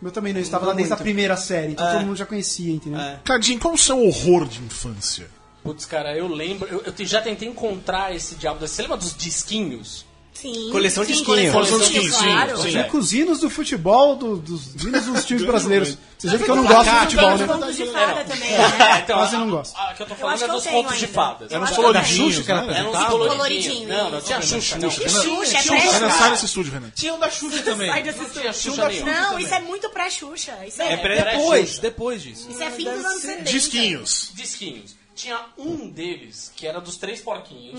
H: Eu também não, eu estava lá desde a
G: muito.
H: primeira série, então
G: É.
H: todo mundo já conhecia, entendeu?
G: É.
A: Cadinho, qual o seu horror de infância?
C: Putz, cara, eu lembro. Eu, eu te- já tentei encontrar esse diabo. desse- Você lembra dos disquinhos?
B: Sim,
G: Coleção de
B: sim,
G: esquinho.
B: Coleção de
A: Coleção de
B: esquinho,
A: esquinho,
B: claro.
A: sim, sim.
H: Tinha cozinos é do futebol, do- dos hinos dos times brasileiros. Você já viu que eu não
A: Mas
H: gosto de
A: eu
H: futebol,
A: gosto
H: né?
B: Conto de fada também, né?
C: É, então,
H: Mas eu
C: a-
H: não gosto.
C: A, a que eu tô
B: Eu
C: falando
B: acho
C: é
B: que eu
C: dos
B: tenho
C: contos de
B: ainda.
C: fadas.
B: Eu
A: Eram uns
B: acho que eu tenho.
A: coloridinhos,
H: Xuxa,
A: né?
C: Eram uns
B: Tá,
C: um coloridinhos.
B: coloridinho,
C: Não, não
B: isso.
C: tinha Xuxa, não.
B: Que Xuxa, é
A: Tinha um cara,
B: pré-Xuxa.
A: sai desse estúdio, Renan.
D: Tinha um da Xuxa também.
B: Sai dessa
C: Não tinha
B: Xuxa.
C: Xuxa nenhuma.
B: Não, isso é muito pré-Xuxa. Isso é,
D: É pré-
C: Era
D: depois,
C: Xuxa.
D: depois disso.
B: isso é fim dos anos 70.
A: Disquinhos.
C: disquinhos. Tinha um deles que era dos três porquinhos.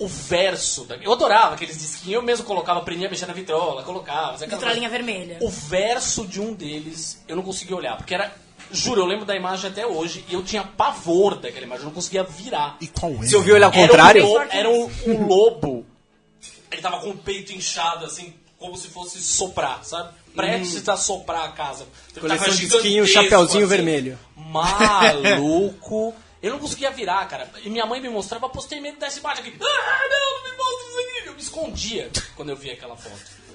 C: O verso. Da... Eu adorava aqueles disquinhos. Eu mesmo colocava, prendia, mexia na vitrola, colocava. fazia aquela
B: Vitrolinha
C: coisa.
B: vermelha.
C: O verso de um deles eu não conseguia olhar, porque era. Juro, eu lembro da imagem até hoje e eu tinha pavor daquela imagem, eu não conseguia virar.
A: E qual é?
G: Se eu vi olhar ao
C: Era um
G: contrário,
C: lo- Era um, um lobo. Ele tava com o peito inchado, assim, como se fosse soprar, sabe? Prestes a soprar a casa. Ele
G: Hum. Coleção
C: tava
G: de
C: gigantesco,
G: disquinho,
C: assim.
G: chapeuzinho vermelho.
C: Maluco. Eu não conseguia virar, cara. E minha mãe me mostrava, eu postei medo dessa imagem aqui. Ah, não, não me mostra isso aqui. Eu me escondia quando eu via aquela foto.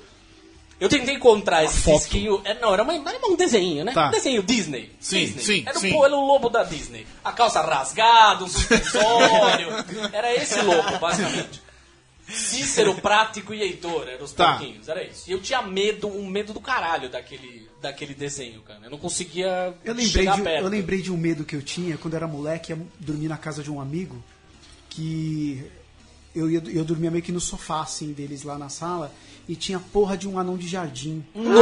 C: Eu tentei encontrar esse
A: foto.
C: disquinho. é, não, era, uma, era um desenho, né?
A: Tá.
C: Um desenho Disney.
A: Sim,
C: Disney.
A: sim,
C: Era, o
A: sim.
C: pô, era o lobo da Disney. A calça rasgada, um suspensório. era esse lobo, basicamente. Cícero, Prático e Heitor eram os
A: Tá.
C: porquinhos, era isso. E eu tinha medo, um medo do caralho daquele, daquele desenho, cara. Eu não conseguia
H: Eu lembrei,
C: chegar
H: de, um-
C: perto.
H: eu lembrei de um medo que eu tinha quando eu era moleque, ia dormir na casa de um amigo, que eu, ia, eu dormia meio que no sofá, assim, deles lá na sala, e tinha a porra de um anão de jardim
B: Hum.
H: na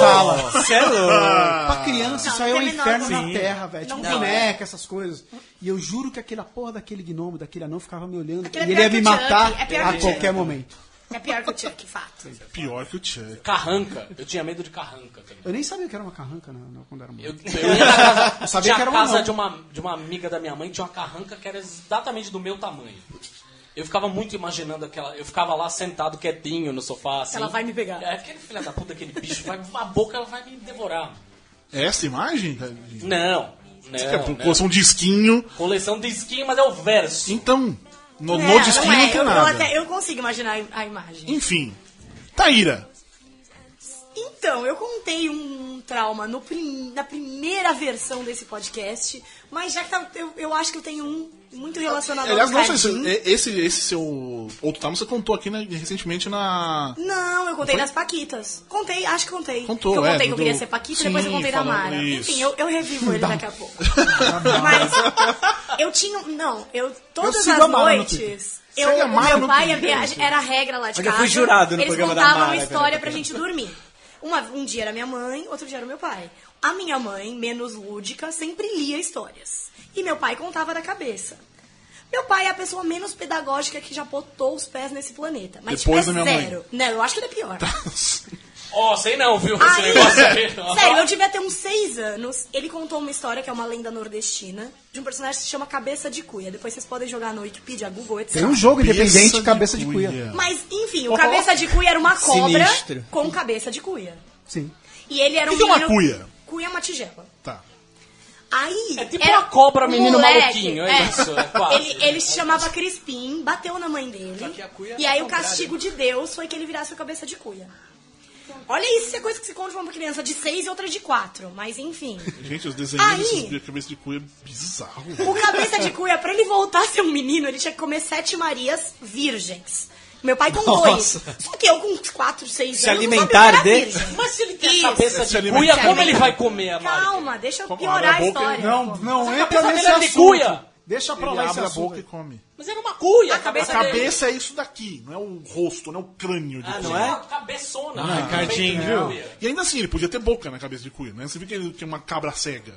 H: sala.
G: é
H: Pra
B: Ah.
H: criança,
B: Não,
H: isso aí é um
B: tem a menor
H: inferno
B: condição.
H: na terra, velho. Tipo
B: Não.
H: boneca, essas coisas. E eu juro que aquela porra daquele gnomo, daquele anão, ficava me olhando.
B: Aquele
H: e
B: é
H: ele
B: pior
H: ia me
B: que o Chuck,
H: matar
B: é pior que
H: a
B: o
H: qualquer
B: Chuck.
H: momento.
B: É pior que o Chuck, fato.
A: É Pior que o Chuck.
C: Carranca. Eu tinha medo de carranca também.
H: Eu nem sabia que era uma carranca né, não, quando era moleque.
C: Eu, eu ia na casa, tinha
H: sabia que era
C: a
H: um
C: casa
H: anão.
C: de uma, de uma amiga da minha mãe, tinha uma carranca que era exatamente do meu tamanho. Eu ficava muito imaginando aquela. Eu ficava lá sentado quietinho no sofá. Assim,
B: Ela vai me pegar.
C: É, aquele filho da puta, aquele bicho, vai a boca, ela vai me devorar.
A: É essa imagem? Cadinho?
C: Não.
A: Que é
H: um
C: Não, não.
A: Coleção de esquinho.
C: Coleção de skin, mas é o verso.
A: Então, no,
B: Não,
A: no
B: não
A: disquinho
B: é.
A: não tem
B: Eu- eu
A: nada.
B: até- Eu consigo imaginar a imagem.
A: Enfim. Taíra.
B: Então, eu contei um trauma no prim- na primeira versão desse podcast, mas já que tá, eu, eu acho que eu tenho um muito relacionado
A: Aliás,
B: ao
A: não sei se é-
B: Cadinho.
A: esse, esse seu outro trauma você contou aqui né, recentemente na.
B: Não, eu contei
A: Foi?
B: nas Paquitas. Contei, acho que contei.
A: Contou,
B: que eu
A: é,
B: contei
A: do-
B: que eu queria ser Paquita, depois eu
A: Sim,
B: contei da
A: falou
B: Mara.
A: isso.
B: Enfim, eu, eu revivo ele daqui a pouco. Mas eu tinha. um- Não, eu todas
H: sigo a
B: as
H: Mara no
B: noites.
A: Segue a
B: Eu, o
A: Mara
B: meu
A: no
B: pai, a
A: Twitter,
B: viagem, era a regra lá de
G: Eu já
B: casa.
G: fui jurado no
B: eles
G: programa da
B: contavam
G: Mara,
B: uma
G: cara.
B: história É pra gente dormir. Uma- um dia era minha mãe, outro dia era meu pai. A minha mãe, menos lúdica, sempre lia histórias. E meu pai contava da cabeça. Meu pai é a pessoa menos pedagógica que já botou os pés nesse planeta. Mas
A: Depois
B: tipo, é
A: da minha mãe.
B: zero. Não, eu acho que ele é pior.
C: Ó, sei não, viu? Esse
B: Aí,
C: negócio aí. ó.
B: sério, eu devia ter uns seis anos. Ele contou uma história que é uma lenda nordestina de um personagem que se chama Cabeça de Cuia. Depois vocês podem jogar no Wikipedia, Google, etc.
H: Tem um jogo
A: Cabeça
H: independente
A: de
H: Cabeça de
A: cuia.
H: Cuia.
B: Mas, enfim, o Cabeça de Cuia era uma cobra
G: Sinistro.
B: com cabeça de cuia.
H: Sim.
B: E ele era
A: O
B: um
A: que que é uma
B: menino-
A: cuia?
B: Cuia é uma tigela.
A: Tá.
B: Aí.
C: É tipo
B: era
C: uma cobra, menino
B: moleque,
C: maluquinho, é isso, é quase.
B: ele, ele se chamava Crispim, bateu na mãe dele.
G: que a cuia é
B: E
G: era
B: aí o
G: contrária.
B: castigo de Deus foi que ele virasse a cabeça de cuia. Olha isso, isso é coisa que se conta pra uma criança de seis e outra de quatro. Mas enfim.
A: Gente, os desenhos
B: Aí-
A: desses de cabeça de cuia é bizarro.
B: O cabeça de cuia, pra ele voltar a ser um menino, ele tinha que comer sete marias virgens. Meu pai com dois. Só que eu com uns quatro, seis
G: Se
B: anos. não
G: alimentar
B: sabia o que era
G: dele?
B: virgem.
C: Mas se ele tem
B: Isso.
C: a cabeça
A: Se
C: de
A: alimenta.
C: cuia,
B: Se
C: como ele
B: alimenta.
C: vai comer a
A: Tá
C: Mari?
B: Calma, deixa eu
A: Como
B: piorar a
A: abre a boca,
B: história.
H: Não, não
C: a
H: entra
C: cabeça
H: nesse
C: dele é de
H: assunto.
C: cuia.
H: Deixa pra
A: Ele
H: lá esse
A: abre a boca e
H: assunto.
A: come.
C: Mas era uma cuia, a
A: A
C: cabeça, dele.
A: cabeça é isso daqui, não é o rosto, não é o crânio de
C: Ah,
A: cuia.
C: não é? Cabeçona. Ah,
D: Cardinho,
C: viu?
A: E ainda assim, ele podia ter boca na cabeça de cuia, né? Você viu que ele tinha uma cabra cega.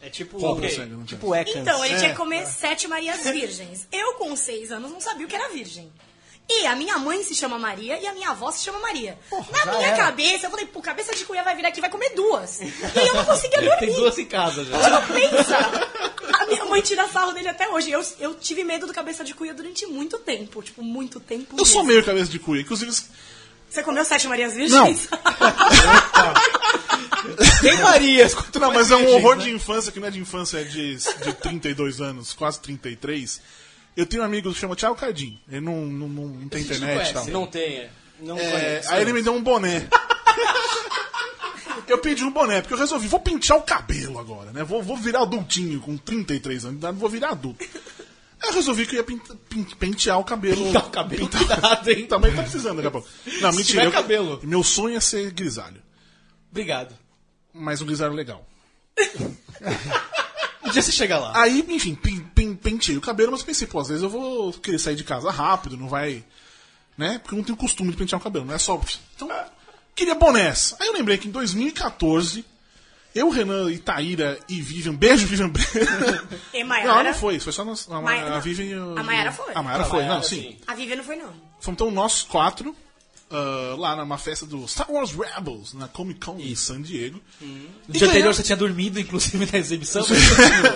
G: É tipo.
A: Cobra cega, não tinha.
G: Tipo Ekans.
B: Então,
A: É.
B: ele tinha que comer sete Marias virgens. Eu, com seis anos, não sabia o que era virgem. E a minha mãe se chama Maria e a minha avó se chama Maria. Na minha cabeça, eu falei, pô, cabeça de cuia vai vir aqui e vai comer duas. E aí eu não conseguia dormir. Tipo,
D: Tem duas em casa já.
B: Pensa! A minha mãe tira sarro dele até hoje. Eu, eu tive medo do cabeça de cuia durante muito tempo. Tipo, muito tempo.
A: Eu sou
B: mesmo.
A: meio cabeça de cuia, inclusive.
B: Você comeu sete Marias Virgens? Não.
G: Tem Marias. quanto
A: Não,
G: mais
A: mas é um
G: virgens,
A: horror
G: né?
A: de infância, que não é de infância, é de, de 32 anos, quase 33. Eu tenho um amigo que chama Thiago Cardim. Ele não, não, não, não tem internet tá. e tal.
C: Não tem, é.
G: Não
A: É,
G: conheço.
A: aí ele me deu um boné. Eu pedi um boné, porque eu resolvi, vou pintar o cabelo agora, né? Vou, vou virar adultinho, com 33 anos de idade, vou virar adulto. Aí eu resolvi que eu ia pint- pin- pentear o cabelo.
D: Pintar o cabelo, cuidado, hein?
A: Também tá precisando daqui a pouco. Não,
D: Se
A: mentira.
D: tiver
A: eu-
D: cabelo.
A: Meu sonho é ser grisalho.
D: Obrigado.
A: Mas um grisalho legal.
D: Um dia você chega lá.
A: Aí, enfim, pin- pin- penteei o cabelo, mas pensei, pô, às vezes eu vou querer sair de casa rápido, não vai. Né? Porque eu não tenho costume de pentear o cabelo, não é só. Então, queria bonés. Aí eu lembrei que em 2014, eu, Renan, Itaíra e Vivian. Beijo, Vivian.
B: E
A: Não,
B: Maiara?
A: não foi, foi só nós. A, Ma-
B: Mai-
A: a
B: não.
A: Vivian. e o-
B: A Maiara foi.
A: A Maiara foi, não,
C: Maiara,
A: sim.
C: sim.
B: A Vivian não foi, não.
A: Fomos então nós quatro ah, lá numa festa do Star Wars Rebels, na Comic Con em San Diego.
D: No
G: Então,
D: dia anterior você tinha dormido, inclusive, na exibição.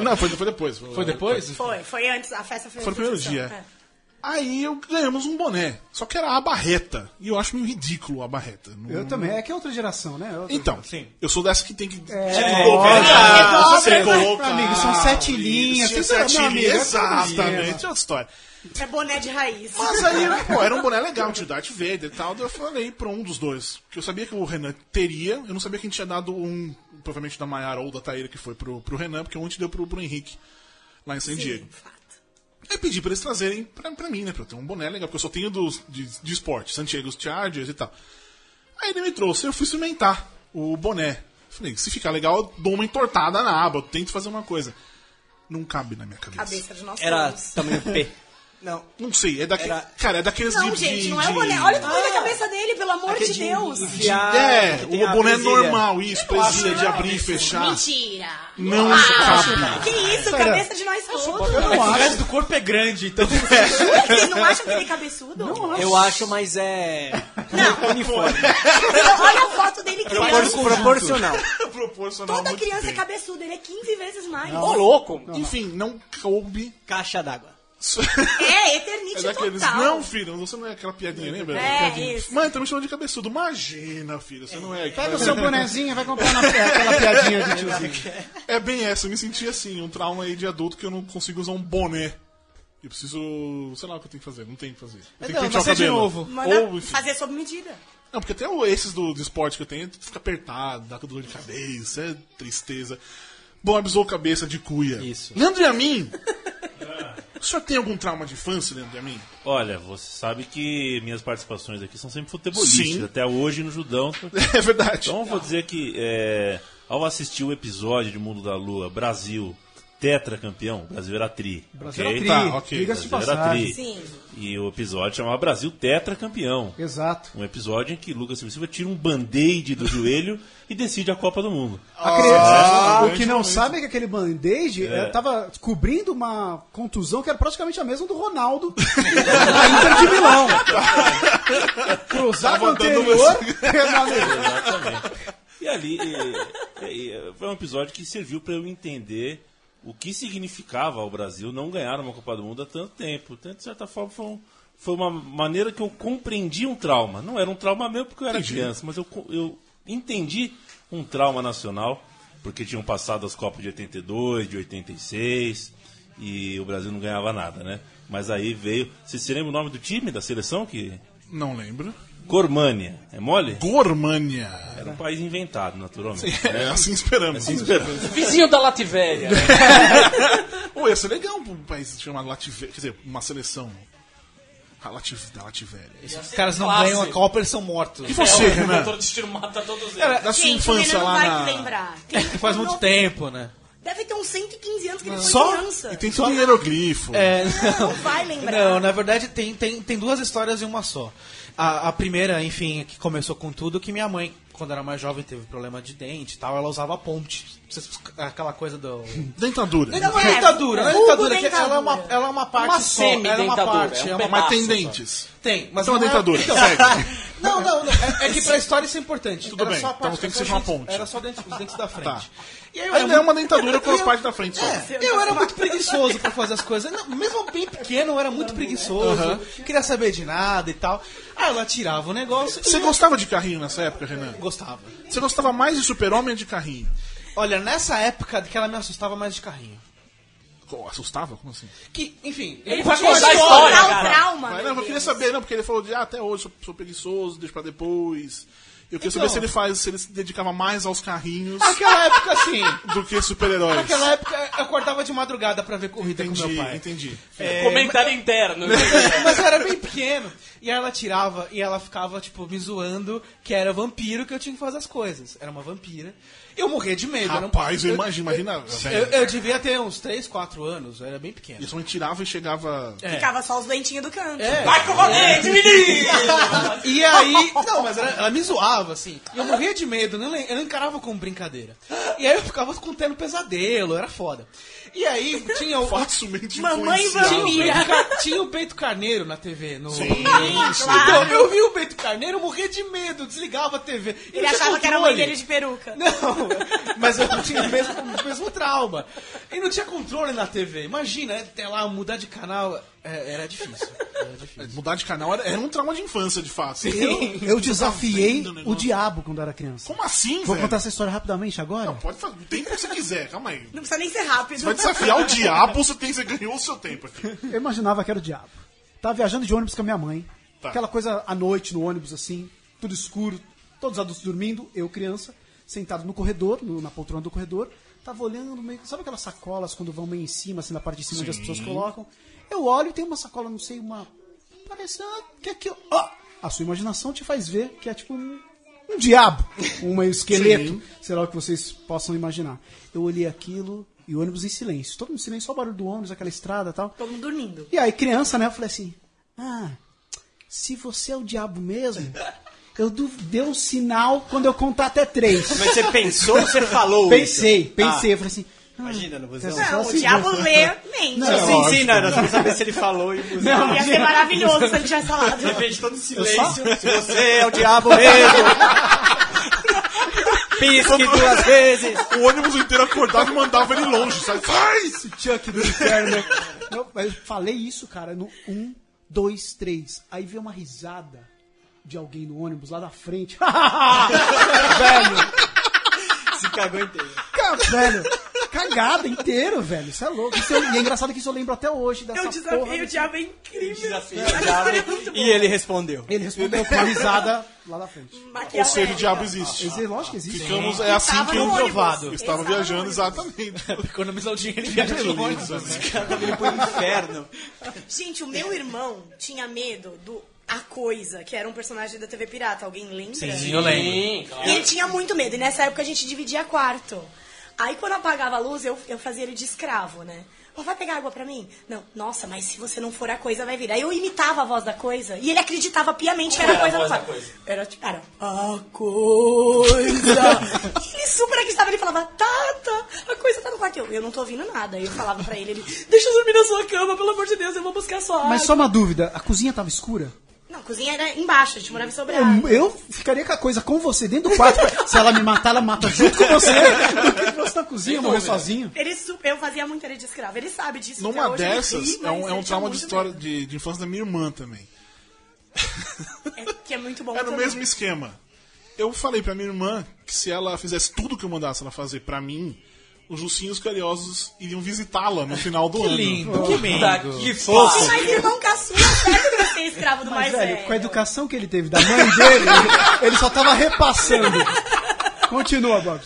A: não, foi, foi depois.
D: Foi depois?
B: Foi, foi antes. A festa
A: Foi
B: foi
A: no
B: antes da
A: primeiro
B: sessão.
A: dia.
B: É.
A: Aí eu ganhamos um boné. Só que era a barreta. E eu acho meio ridículo a barreta. Não-
H: Eu também. É que é outra geração, né? Eu-
A: Então,
D: Sim.
A: eu sou dessa que tem que. É,
H: Nossa,
A: você
H: é, mas,
A: coloca.
H: meu amigo, são sete linhas, tem
A: sete
H: meu amigo,
A: linhas.
H: é todo dia,
A: Exatamente, é outra história.
B: É boné de raiz.
A: Mas aí, pô, era um boné legal, tinha o Darth Vader e tal. daí Eu falei pra um dos dois. Que eu sabia que o Renan teria. Eu não sabia que a gente tinha dado um, provavelmente da Maiara ou da Taíra, que foi pro, pro Renan, porque um a gente deu pro, pro Henrique, lá em San Diego. Aí pedi pra eles trazerem pra, pra mim, né? Pra eu ter um boné legal, porque eu só tenho dos, de, de esporte, San Diego, os Chargers e tal. Aí ele me trouxe, eu fui experimentar o boné. Falei, se ficar legal, eu dou uma entortada na aba, eu tento fazer uma coisa. Não cabe na minha cabeça.
B: Cabeça de nós
G: Era tipo
B: todos.
G: tamanho P. Não.
A: Não sei, é daquele.
G: Era-
A: Cara, é daqueles
B: Não,
A: de-
B: gente,
A: de-
B: não é o
A: de-
B: boné. Olha o tamanho da cabeça dele, pelo amor de Deus.
G: um- Ah,
A: É, o boné normal, isso, presilha de abrir e fechar. Ah,
B: Mentira.
A: Não cabe.
B: Que isso, cabeça de nós todos.
D: O resto do corpo é grande, então.
B: Vocês não acham que ele é cabeçudo? Não,
G: Eu acho, mas é. Uniforme.
B: Olha a foto dele criança.
G: Propor- Proporcional.
A: Proporcional.
B: Toda
A: muito
B: criança é
A: bem.
B: cabeçuda, ele é 15 vezes mais.
C: Ô, louco!
A: Enfim, não coube.
G: Caixa d'água.
B: É,
A: É
B: eternite
A: daqueles.
B: total.
A: Não, filho, você não é aquela piadinha, lembra?
B: É,
A: Piadinha.
B: isso.
A: Mãe, tá me chamando de cabeçudo. Imagina, filho, você não é.
H: Pega o seu bonezinho, vai comprar na, aquela piadinha de tiozinho.
A: É bem essa, eu me senti assim, um trauma aí de adulto que eu não consigo usar um boné. Eu preciso. sei lá o que eu tenho que fazer, não tenho o que fazer. Eu tenho que
D: não,
A: pentear o
D: mas é de
A: cabelo.
D: novo.
B: Manda
A: Ou, enfim.
B: fazer sob medida.
A: Não, porque até o- esses do, do esporte que eu tenho, fica apertado, dá dor de cabeça, é tristeza. Bom, abusou cabeça de cuia.
G: Isso.
A: Leandro Yamin! o senhor tem algum trauma de infância, Leandro Yamin?
F: Olha, você sabe que minhas participações aqui são sempre futebolísticas.
A: Sim.
F: Até hoje no Judão.
A: É verdade.
F: Então eu vou dizer que é, ao assistir o episódio de Mundo da Lua, Brasil, tetracampeão, Brasil era tri.
H: Brasil
F: ok?
H: era tri,
A: Tá, ok.
H: diga-se de
F: Brasil era
H: passagem.
F: tri.
B: Sim.
F: E o episódio chamava Brasil tetracampeão.
H: Exato.
F: Um episódio em que Lucas Silva tira um band-aid do joelho e decide a Copa do Mundo.
H: A criança- Ah, o
A: grande
H: que não
A: momento.
H: sabe é que aquele band-aid
F: É.
H: eh, tava cobrindo uma contusão que era praticamente a mesma do Ronaldo na Inter de Milão. Cruzava o
A: Tava dando
H: anterior, permaneceu.
F: Exatamente. E ali e- e- e foi um episódio que serviu para eu entender o que significava ao Brasil não ganhar uma Copa do Mundo há tanto tempo. Então, de certa forma, foi, um- foi uma maneira que eu compreendi um trauma. Não era um trauma meu porque eu era criança, mas eu, co- eu entendi um trauma nacional, porque tinham passado as Copas de 82, de 86, e o Brasil não ganhava nada, né? Mas aí veio. Vocês se lembram o nome do time, da seleção? que
A: Não lembro.
F: Cormânia. É mole?
A: Gormânia.
F: Era um país inventado, naturalmente.
A: É, assim esperamos.
F: Assim esperamos.
C: Vizinho da Lativéria.
A: Ô, ia ser legal pra um país chamado Lativéria. Quer dizer, uma seleção. A Lativ- da Lativéria.
D: Os caras não
C: Classe.
D: ganham a Copa, eles são mortos. É,
A: E você,
C: o
A: Renan?
C: motor É um de tiro mata todos eles.
A: Da sua
B: Gente, o
A: infância
B: Renan não vai
A: lá na.
B: lembrar. Tem-
D: Assim, é, Faz muito
B: não-
D: tempo, né?
B: Deve ter uns 115 anos que ele foi
A: Só?
B: criança.
A: E tem tudo em hieroglifo.
D: É,
B: Não vai lembrar.
D: Não, na verdade tem, tem, tem duas histórias em uma só. A, a primeira, enfim, que começou com tudo, que minha mãe, quando era mais jovem, teve problema de dente e tal, ela usava ponte. Vocês- é Aquela coisa do.
A: Dentadura.
B: Não é,
D: ditadura, não é
B: vulgo
D: ditadura, que ela é
B: dentadura.
D: uma, ela é uma parte
C: Uma
D: só. Ela é uma
C: semi-dentadura,
D: parte.
C: é um
D: é uma
C: pedaço.
A: Mas tem
C: só.
A: dentes.
D: Tem, mas
A: Então
D: não
A: é
C: um
A: dentadura,
D: então-
A: segue.
D: não, não, não. É, é que pra história isso é importante.
A: Tudo
D: Era
A: bem,
D: só a
A: então
D: parte-
A: tem que
D: era
A: ser
D: só
A: uma
D: os dentes-
A: ponte.
D: Era só dentes- os dentes da frente.
A: Tá.
D: E aí eu
A: Ainda
D: era
A: é
D: muito-
A: uma dentadura com as
D: eu-
A: partes da frente só.
D: É, eu era muito preguiçoso pra fazer as coisas. Não, mesmo bem pequeno, eu era muito preguiçoso. Queria saber de nada e tal. Aí ela tirava o negócio.
A: Você
D: e
A: gostava de carrinho nessa época, Renan?
D: eu gostava.
A: Você gostava mais de super-homem ou de carrinho?
D: Olha, nessa época que ela me assustava mais de carrinho.
A: Co- Assustava? Como assim?
D: Que, enfim.
C: Ele
D: vai
C: vai contar a
B: Olha,
C: história,
E: né?
B: dá um
C: cara.
B: trauma.
A: Mas,
B: meu
A: não, eu queria
B: Deus.
A: saber, não, porque ele falou de ah, até hoje sou, sou preguiçoso, deixo pra depois. Eu queria
D: Então.
A: saber se ele faz, se ele se dedicava mais aos carrinhos
D: Aquela época, assim.
A: do que super-heróis.
D: Naquela época eu acordava de madrugada pra ver corrida com
A: Entendi,
D: meu pai.
A: entendi.
D: É,
C: Comentário interno.
D: Mas eu era bem pequeno. E aí ela tirava e ela ficava, tipo, me zoando que era vampiro que eu tinha que fazer as coisas. Era uma vampira. Eu morria de medo. era um-
A: Rapaz, eu imagino, imagina.
D: Eu,
A: velho.
D: eu devia ter uns 3, 4 anos, eu era bem pequeno.
A: Ele só me tirava e chegava.
B: Ficava só os dentinhos do canto.
D: É.
C: Vai com o rolete, menino!
D: E aí. Não, mas era- ela me zoava, assim. E eu morria de medo, não le- eu não encarava como brincadeira. E aí eu ficava com tendo pesadelo, era foda. E aí tinha o.
A: Facilmente
B: Mamãe
A: influenciava.
D: Tinha o, Beto Ca- tinha o Beto Carneiro na TV. No...
A: Sim,
D: Então, eu vi o Beto Carneiro, eu morria de medo, desligava a TV. Eu não
B: Ele
D: tinha
B: achava que era um a mãe
D: controle.
B: dele de peruca.
D: Não, mas eu tinha o mesmo, o mesmo trauma. E não tinha controle na TV. Imagina, até lá mudar de canal é, era difícil. Era difícil.
A: Mudar de canal era, era um trauma de infância, de fato.
H: Eu, eu desafiei
A: Tá vendo o
H: o
A: negócio?
H: diabo quando era criança.
A: Como assim,
H: Vou
D: é?
A: velho?
H: contar essa história rapidamente agora?
A: Não, pode fazer. O tempo que você quiser, calma aí.
B: Não precisa nem ser rápido.
A: Você vai desafiar o diabo, você, tem, você ganhou o seu tempo aqui.
H: Eu imaginava que era o diabo. Tava viajando de ônibus com a minha mãe.
A: Tá.
H: Aquela coisa à noite no ônibus, assim, tudo escuro, todos adultos dormindo, eu criança, sentado no corredor, no- na poltrona do corredor. Tava olhando meio. Sabe aquelas sacolas quando vão meio em cima, assim, na parte de cima onde as pessoas colocam? Eu olho e tem uma sacola, não sei, uma. Parece. ah, que é aquilo? Ó! A sua imaginação te faz ver que é tipo um, um diabo, um esqueleto, sei lá o que vocês possam imaginar. Eu olhei aquilo e o ônibus em silêncio. Todo mundo em silêncio, só o barulho do ônibus, aquela estrada e tal.
B: Todo mundo dormindo.
H: E aí, criança, né? Eu falei assim: Ah, se você é o diabo mesmo, eu du- dei um sinal quando eu contar até três.
G: Mas você pensou ou você falou?
H: Pensei,
G: isso?
H: pensei. Eu
G: Ah,
H: falei assim: ah,
G: imagina, no busão.
H: Essa-
B: Não,
H: Só
B: o
H: se-
B: diabo lê mente. assim.
H: Não,
G: sim, sim, não, não, só pra saber se ele falou e o busão.
H: Não.
B: Ia ser maravilhoso se ele tivesse falado.
G: De repente, todo
H: só-
G: silêncio. Se você é o diabo mesmo. Pisque duas vezes.
A: O ônibus inteiro acordava e mandava ele longe. Sabe? Sai!
H: esse Chuck do inferno. Não, mas eu falei isso, cara, no um, dois, três. Aí veio uma risada de alguém no ônibus lá da frente. Velho,
G: Se cagou inteiro.
H: Cara, velho, cagada inteiro, velho. Isso é louco. Isso eu- e é engraçado que isso eu lembro até hoje dessa
J: Eu
H: porra.
J: desafiei o
H: desse-
J: diabo é incrível.
G: Desafio
B: é
G: o diabo. E ele respondeu.
H: Ele respondeu com uma risada lá na frente.
A: Ou seja, o diabo existe.
H: Existe, lógico que existe. né?
A: Ficamos, é assim
B: Estava
A: que
B: no
A: eu
B: ônibus.
A: provado. Estava
B: Estava
A: viajando,
B: no ônibus.
A: exatamente.
D: Economizar o dinheiro de viagem longe.
G: Ele foi pro inferno.
B: Gente, o meu irmão tinha medo do A Coisa, que era um personagem da TV Pirata. Alguém lembra?
D: Sim, eu lembro.
C: Sim, claro.
B: E ele tinha muito medo. E nessa época a gente dividia quarto. Aí quando apagava a luz, eu, eu fazia ele de escravo, né? Não vai pegar água pra mim? Não. Nossa, mas se você não for a coisa, vai vir. Aí eu imitava a voz da coisa. E ele acreditava piamente que era,
C: Como era é a
B: coisa,
C: voz da
B: pai.
C: coisa?
B: Era tipo, era a coisa. E ele super acreditava. Ele falava, Tata, a coisa tá no quarto. Eu, eu não tô ouvindo nada. Aí eu falava pra ele, ele, deixa eu dormir na sua cama, pelo amor de Deus, eu vou buscar sua água.
H: Mas só uma dúvida, a cozinha tava escura?
B: Não, a cozinha era embaixo, a gente morava em Sobral.
H: Eu, eu ficaria com a coisa com você dentro do quarto. Se ela me matar, ela mata junto com você. Do que você na cozinha, morrer sozinho.
B: Ele super, eu fazia muito ele de escravo. Ele sabe disso. até
A: Numa
B: hoje, ele ri,
A: dessas, é
B: mas
A: um, é um
B: eu tinha
A: trauma de
B: muito
A: história
B: medo.
A: de, de infância da minha irmã também.
B: É, que é muito bom.
A: Era o
B: também.
A: mesmo esquema. Eu falei pra minha irmã que se ela fizesse tudo que eu mandasse ela fazer pra mim, os ursinhos carinhosos iriam visitá-la no final do ano.
D: Lindo, que
G: Tá,
C: Puta
D: lindo.
C: que fofo.
B: Sim, Mas irmão caçula, certo que você é escravo do mais
H: Mas, velho,
B: velho.
H: com a educação que ele teve da mãe dele, ele- ele só tava repassando. Continua, Bob.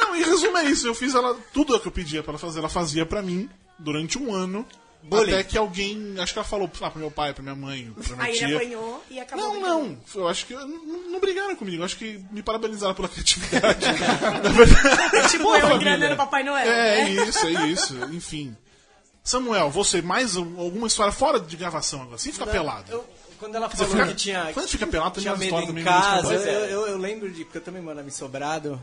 A: Não, em resumo é isso. Eu fiz ela tudo é o que eu pedia pra ela fazer, ela fazia pra mim durante um ano. Até que alguém, acho que ela falou ah, pro meu pai, pra minha mãe, pra minha
B: Aí ele
A: tia.
B: apanhou e acabou.
A: Não,
B: brincando.
A: não. Eu acho que eu- não, não brigaram comigo. Eu acho que me parabenizaram pela criatividade. Na verdade,
B: É tipo eu engrandando Papai Noel.
A: é, é
B: né?
A: isso, é isso. Enfim. Samuel, você mais um- alguma história fora de gravação agora? Sem ficar pelado.
G: Eu- quando ela
A: Você
G: falou
A: fica-
G: que tinha,
A: quando fica pelado, tem
G: tinha
A: uma
G: medo
A: história
G: em
A: também.
G: casa, é. eu,
A: muito boa.
G: eu, eu lembro de... Porque eu também morava em Sobrado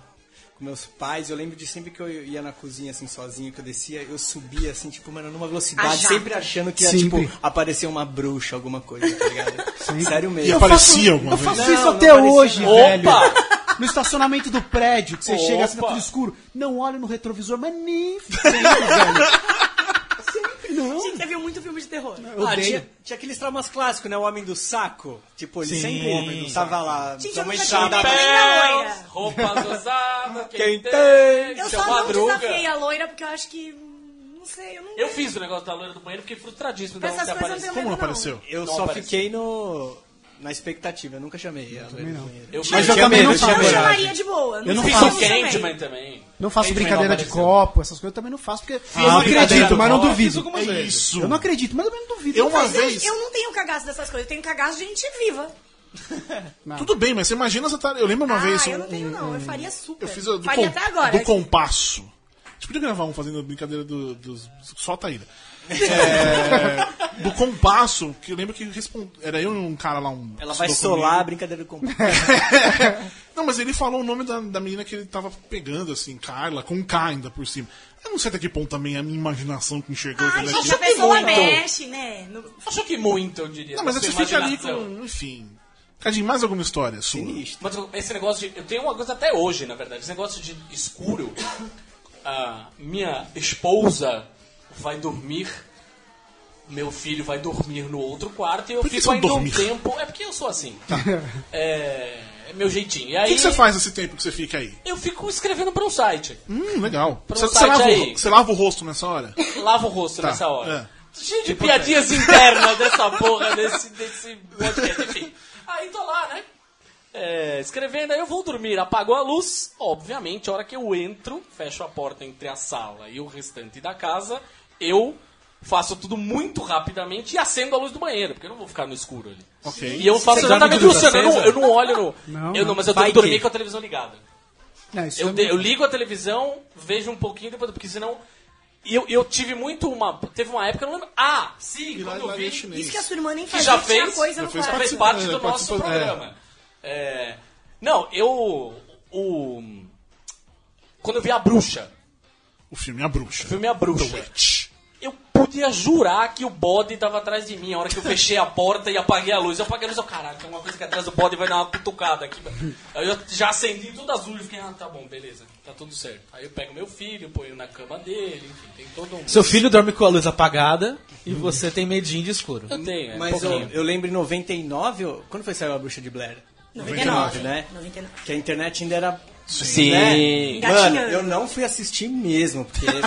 G: com meus pais. Eu lembro de sempre que eu ia na cozinha, assim, sozinho, que eu descia, eu subia, assim, tipo, mano, numa velocidade,
B: A jato.
G: sempre achando que ia,
H: Sempre.
G: tipo, aparecer uma bruxa, alguma coisa, tá ligado? Sério mesmo.
A: E aparecia alguma
H: eu
A: vez.
H: faço
G: Não,
H: isso
G: não
H: até
G: aparecia
H: hoje,
G: nada.
H: velho. No estacionamento do prédio, que você chega assim, tá
C: Opa.
H: tudo escuro. Não olha no retrovisor, mas nem fudendo, velho. Sempre não.
A: um-
B: Gente, você viu muito filme de terror.
H: Eu
G: Ah,
H: odeio.
G: tinha, tinha aqueles traumas clássicos, né? O homem do saco. Tipo, ele sempre tava lá.
B: Gente,
G: sua
B: eu
G: mãe
B: nunca
G: chamava-
B: tive medo. Minha loira.
C: roupas usadas,
G: Quem
C: quem
G: tem,
C: tem,
B: Eu
A: é
C: seu
B: só não
C: madruga.
B: desafiei a loira porque eu acho que. hum, Não sei, eu não.
C: Eu fiz o negócio da loira do banheiro, fiquei frustradíssimo da
B: Pra
C: onde
B: essas coisas eu não
C: apareceu.
B: tenho medo,
A: Como não apareceu?
B: não.
G: Eu
C: Não
G: só
C: aparece.
G: fiquei no, na expectativa, eu nunca chamei ela. no banheiro.
C: Eu
H: Mas
C: fiz
H: eu
G: tinha
H: também
G: medo,
H: não
G: eu tinha
B: Eu
H: faço.
A: é
G: medo.
B: chamaria de boa.
H: Eu não
B: sei
H: faço
B: como
C: o
B: chamei.
C: Candyman também.
H: Não faço
C: Candyman
H: brincadeira
C: não
H: de
C: apareceu.
H: copo, essas coisas eu também não faço, porque eu
D: uma
H: não
D: brincadeira
H: acredito,
D: com
H: Ah, mas não
D: copo.
H: duvido.
D: Fiz algumas
A: É
D: vezes.
A: isso.
H: Eu não acredito, mas eu também não duvido.
A: Eu uma
B: Mas eu,
A: vez.
B: eu não tenho cagaço dessas coisas, eu tenho cagaço de gente viva.
A: Tudo bem, mas você imagina essa tarefa. Eu lembro uma
B: ah,
A: vez.
B: eu
A: um-
B: não tenho, não. Eu faria super.
A: Eu fiz o do,
B: faria
A: com-
B: até agora. assim.
A: do compasso. A gente podia gravar um fazendo a brincadeira do, dos. Só a Taíra. É, do compasso, que eu lembro que respond... era eu e um cara lá, um.
G: Ela vai
A: estudou
G: solar
A: comigo.
G: a brincadeira com
C: né?
A: Não, mas ele falou o nome da, da menina que ele tava pegando, assim, Carla, com um K ainda por cima. Eu não sei até que ponto também é a minha imaginação que enxergou
B: Ai,
A: aquilo
B: gente,
A: aqui.
B: a pessoa mexe, né? Não-
C: Acho que muito, eu diria.
A: Não, mas é
C: da
A: você
C: sua
A: fica ali
C: imaginação.
A: com. Enfim. Cadinho, mais alguma história sua?
C: Mas eu- esse negócio de. Eu tenho uma coisa até hoje, na verdade. Esse negócio de escuro. a minha esposa vai dormir. Meu filho vai dormir no outro quarto e eu
A: Por que
C: fico
A: só
C: ainda
A: dormir? Tá.
C: um tempo. É porque eu sou assim. É, é meu jeitinho. E
A: O
C: aí
A: que, que você faz nesse tempo que você fica aí?
C: eu fico escrevendo pra um site.
A: Hum, legal.
C: Pra um
A: Você, você
C: site
A: lava, o-
C: aí.
A: você lava o rosto nessa hora?
C: Lavo o rosto
A: Tá,
C: nessa hora. Cheio de
A: Importante.
C: piadinhas internas dessa porra, desse, desse podcast, enfim. Aí tô lá, né? É, escrevendo, aí eu vou dormir. Apagou a luz, obviamente, a hora que eu entro, fecho a porta entre a sala e o restante da casa, eu faço tudo muito rapidamente e acendo a luz do banheiro, porque eu não vou ficar no escuro ali.
A: Ok.
C: E eu faço
D: Você dorme
C: exatamente
D: com
C: o
D: luz
C: Luciano, eu não,
D: acesa?
C: eu não olho no.
H: Não,
C: eu não,
H: não.
C: mas eu tenho
G: Vai
C: que dormir
G: que-
C: com a televisão ligada.
H: Não, isso
C: Eu,
H: é
C: de- eu ligo a televisão, vejo um pouquinho depois, porque senão. E eu, eu tive muito uma. Teve uma época, eu não lembro. Ah, sim,
A: Lá-
C: quando eu
A: lá
C: vi.
A: em chinês.
B: Isso que a sua irmã nem
C: Que
B: fazia,
C: já
B: tinha
C: fez.
B: coisa no
A: fez
B: quarto.
C: fez
A: participa-
C: parte
A: é,
C: do nosso
A: participa-
C: programa. É, não, eu. O. Quando eu vi a bruxa,
A: O filme A Bruxa.
C: o filme A Bruxa, eu podia jurar que o bode tava atrás de mim a hora que eu fechei a porta e apaguei a luz. Eu apaguei a luz e eu, caralho, tem uma coisa que atrás do bode vai dar uma cutucada aqui. Aí eu já acendi tudo azul e fiquei, ah, tá bom, beleza, tá tudo certo. Aí eu pego meu filho, ponho na cama dele, enfim, tem todo um.
D: Seu filho dorme com a luz apagada e você tem medinho de escuro.
C: Eu tenho, é,
G: Mas eu,
C: pouquinho.
G: eu lembro em 99, eu- quando foi que saiu a Bruxa de Blair?
B: 99,
G: né?
B: 99.
G: Que a internet ainda era Sim. Mano,
B: Engatinhando.
G: eu não fui assistir mesmo, porque, velho.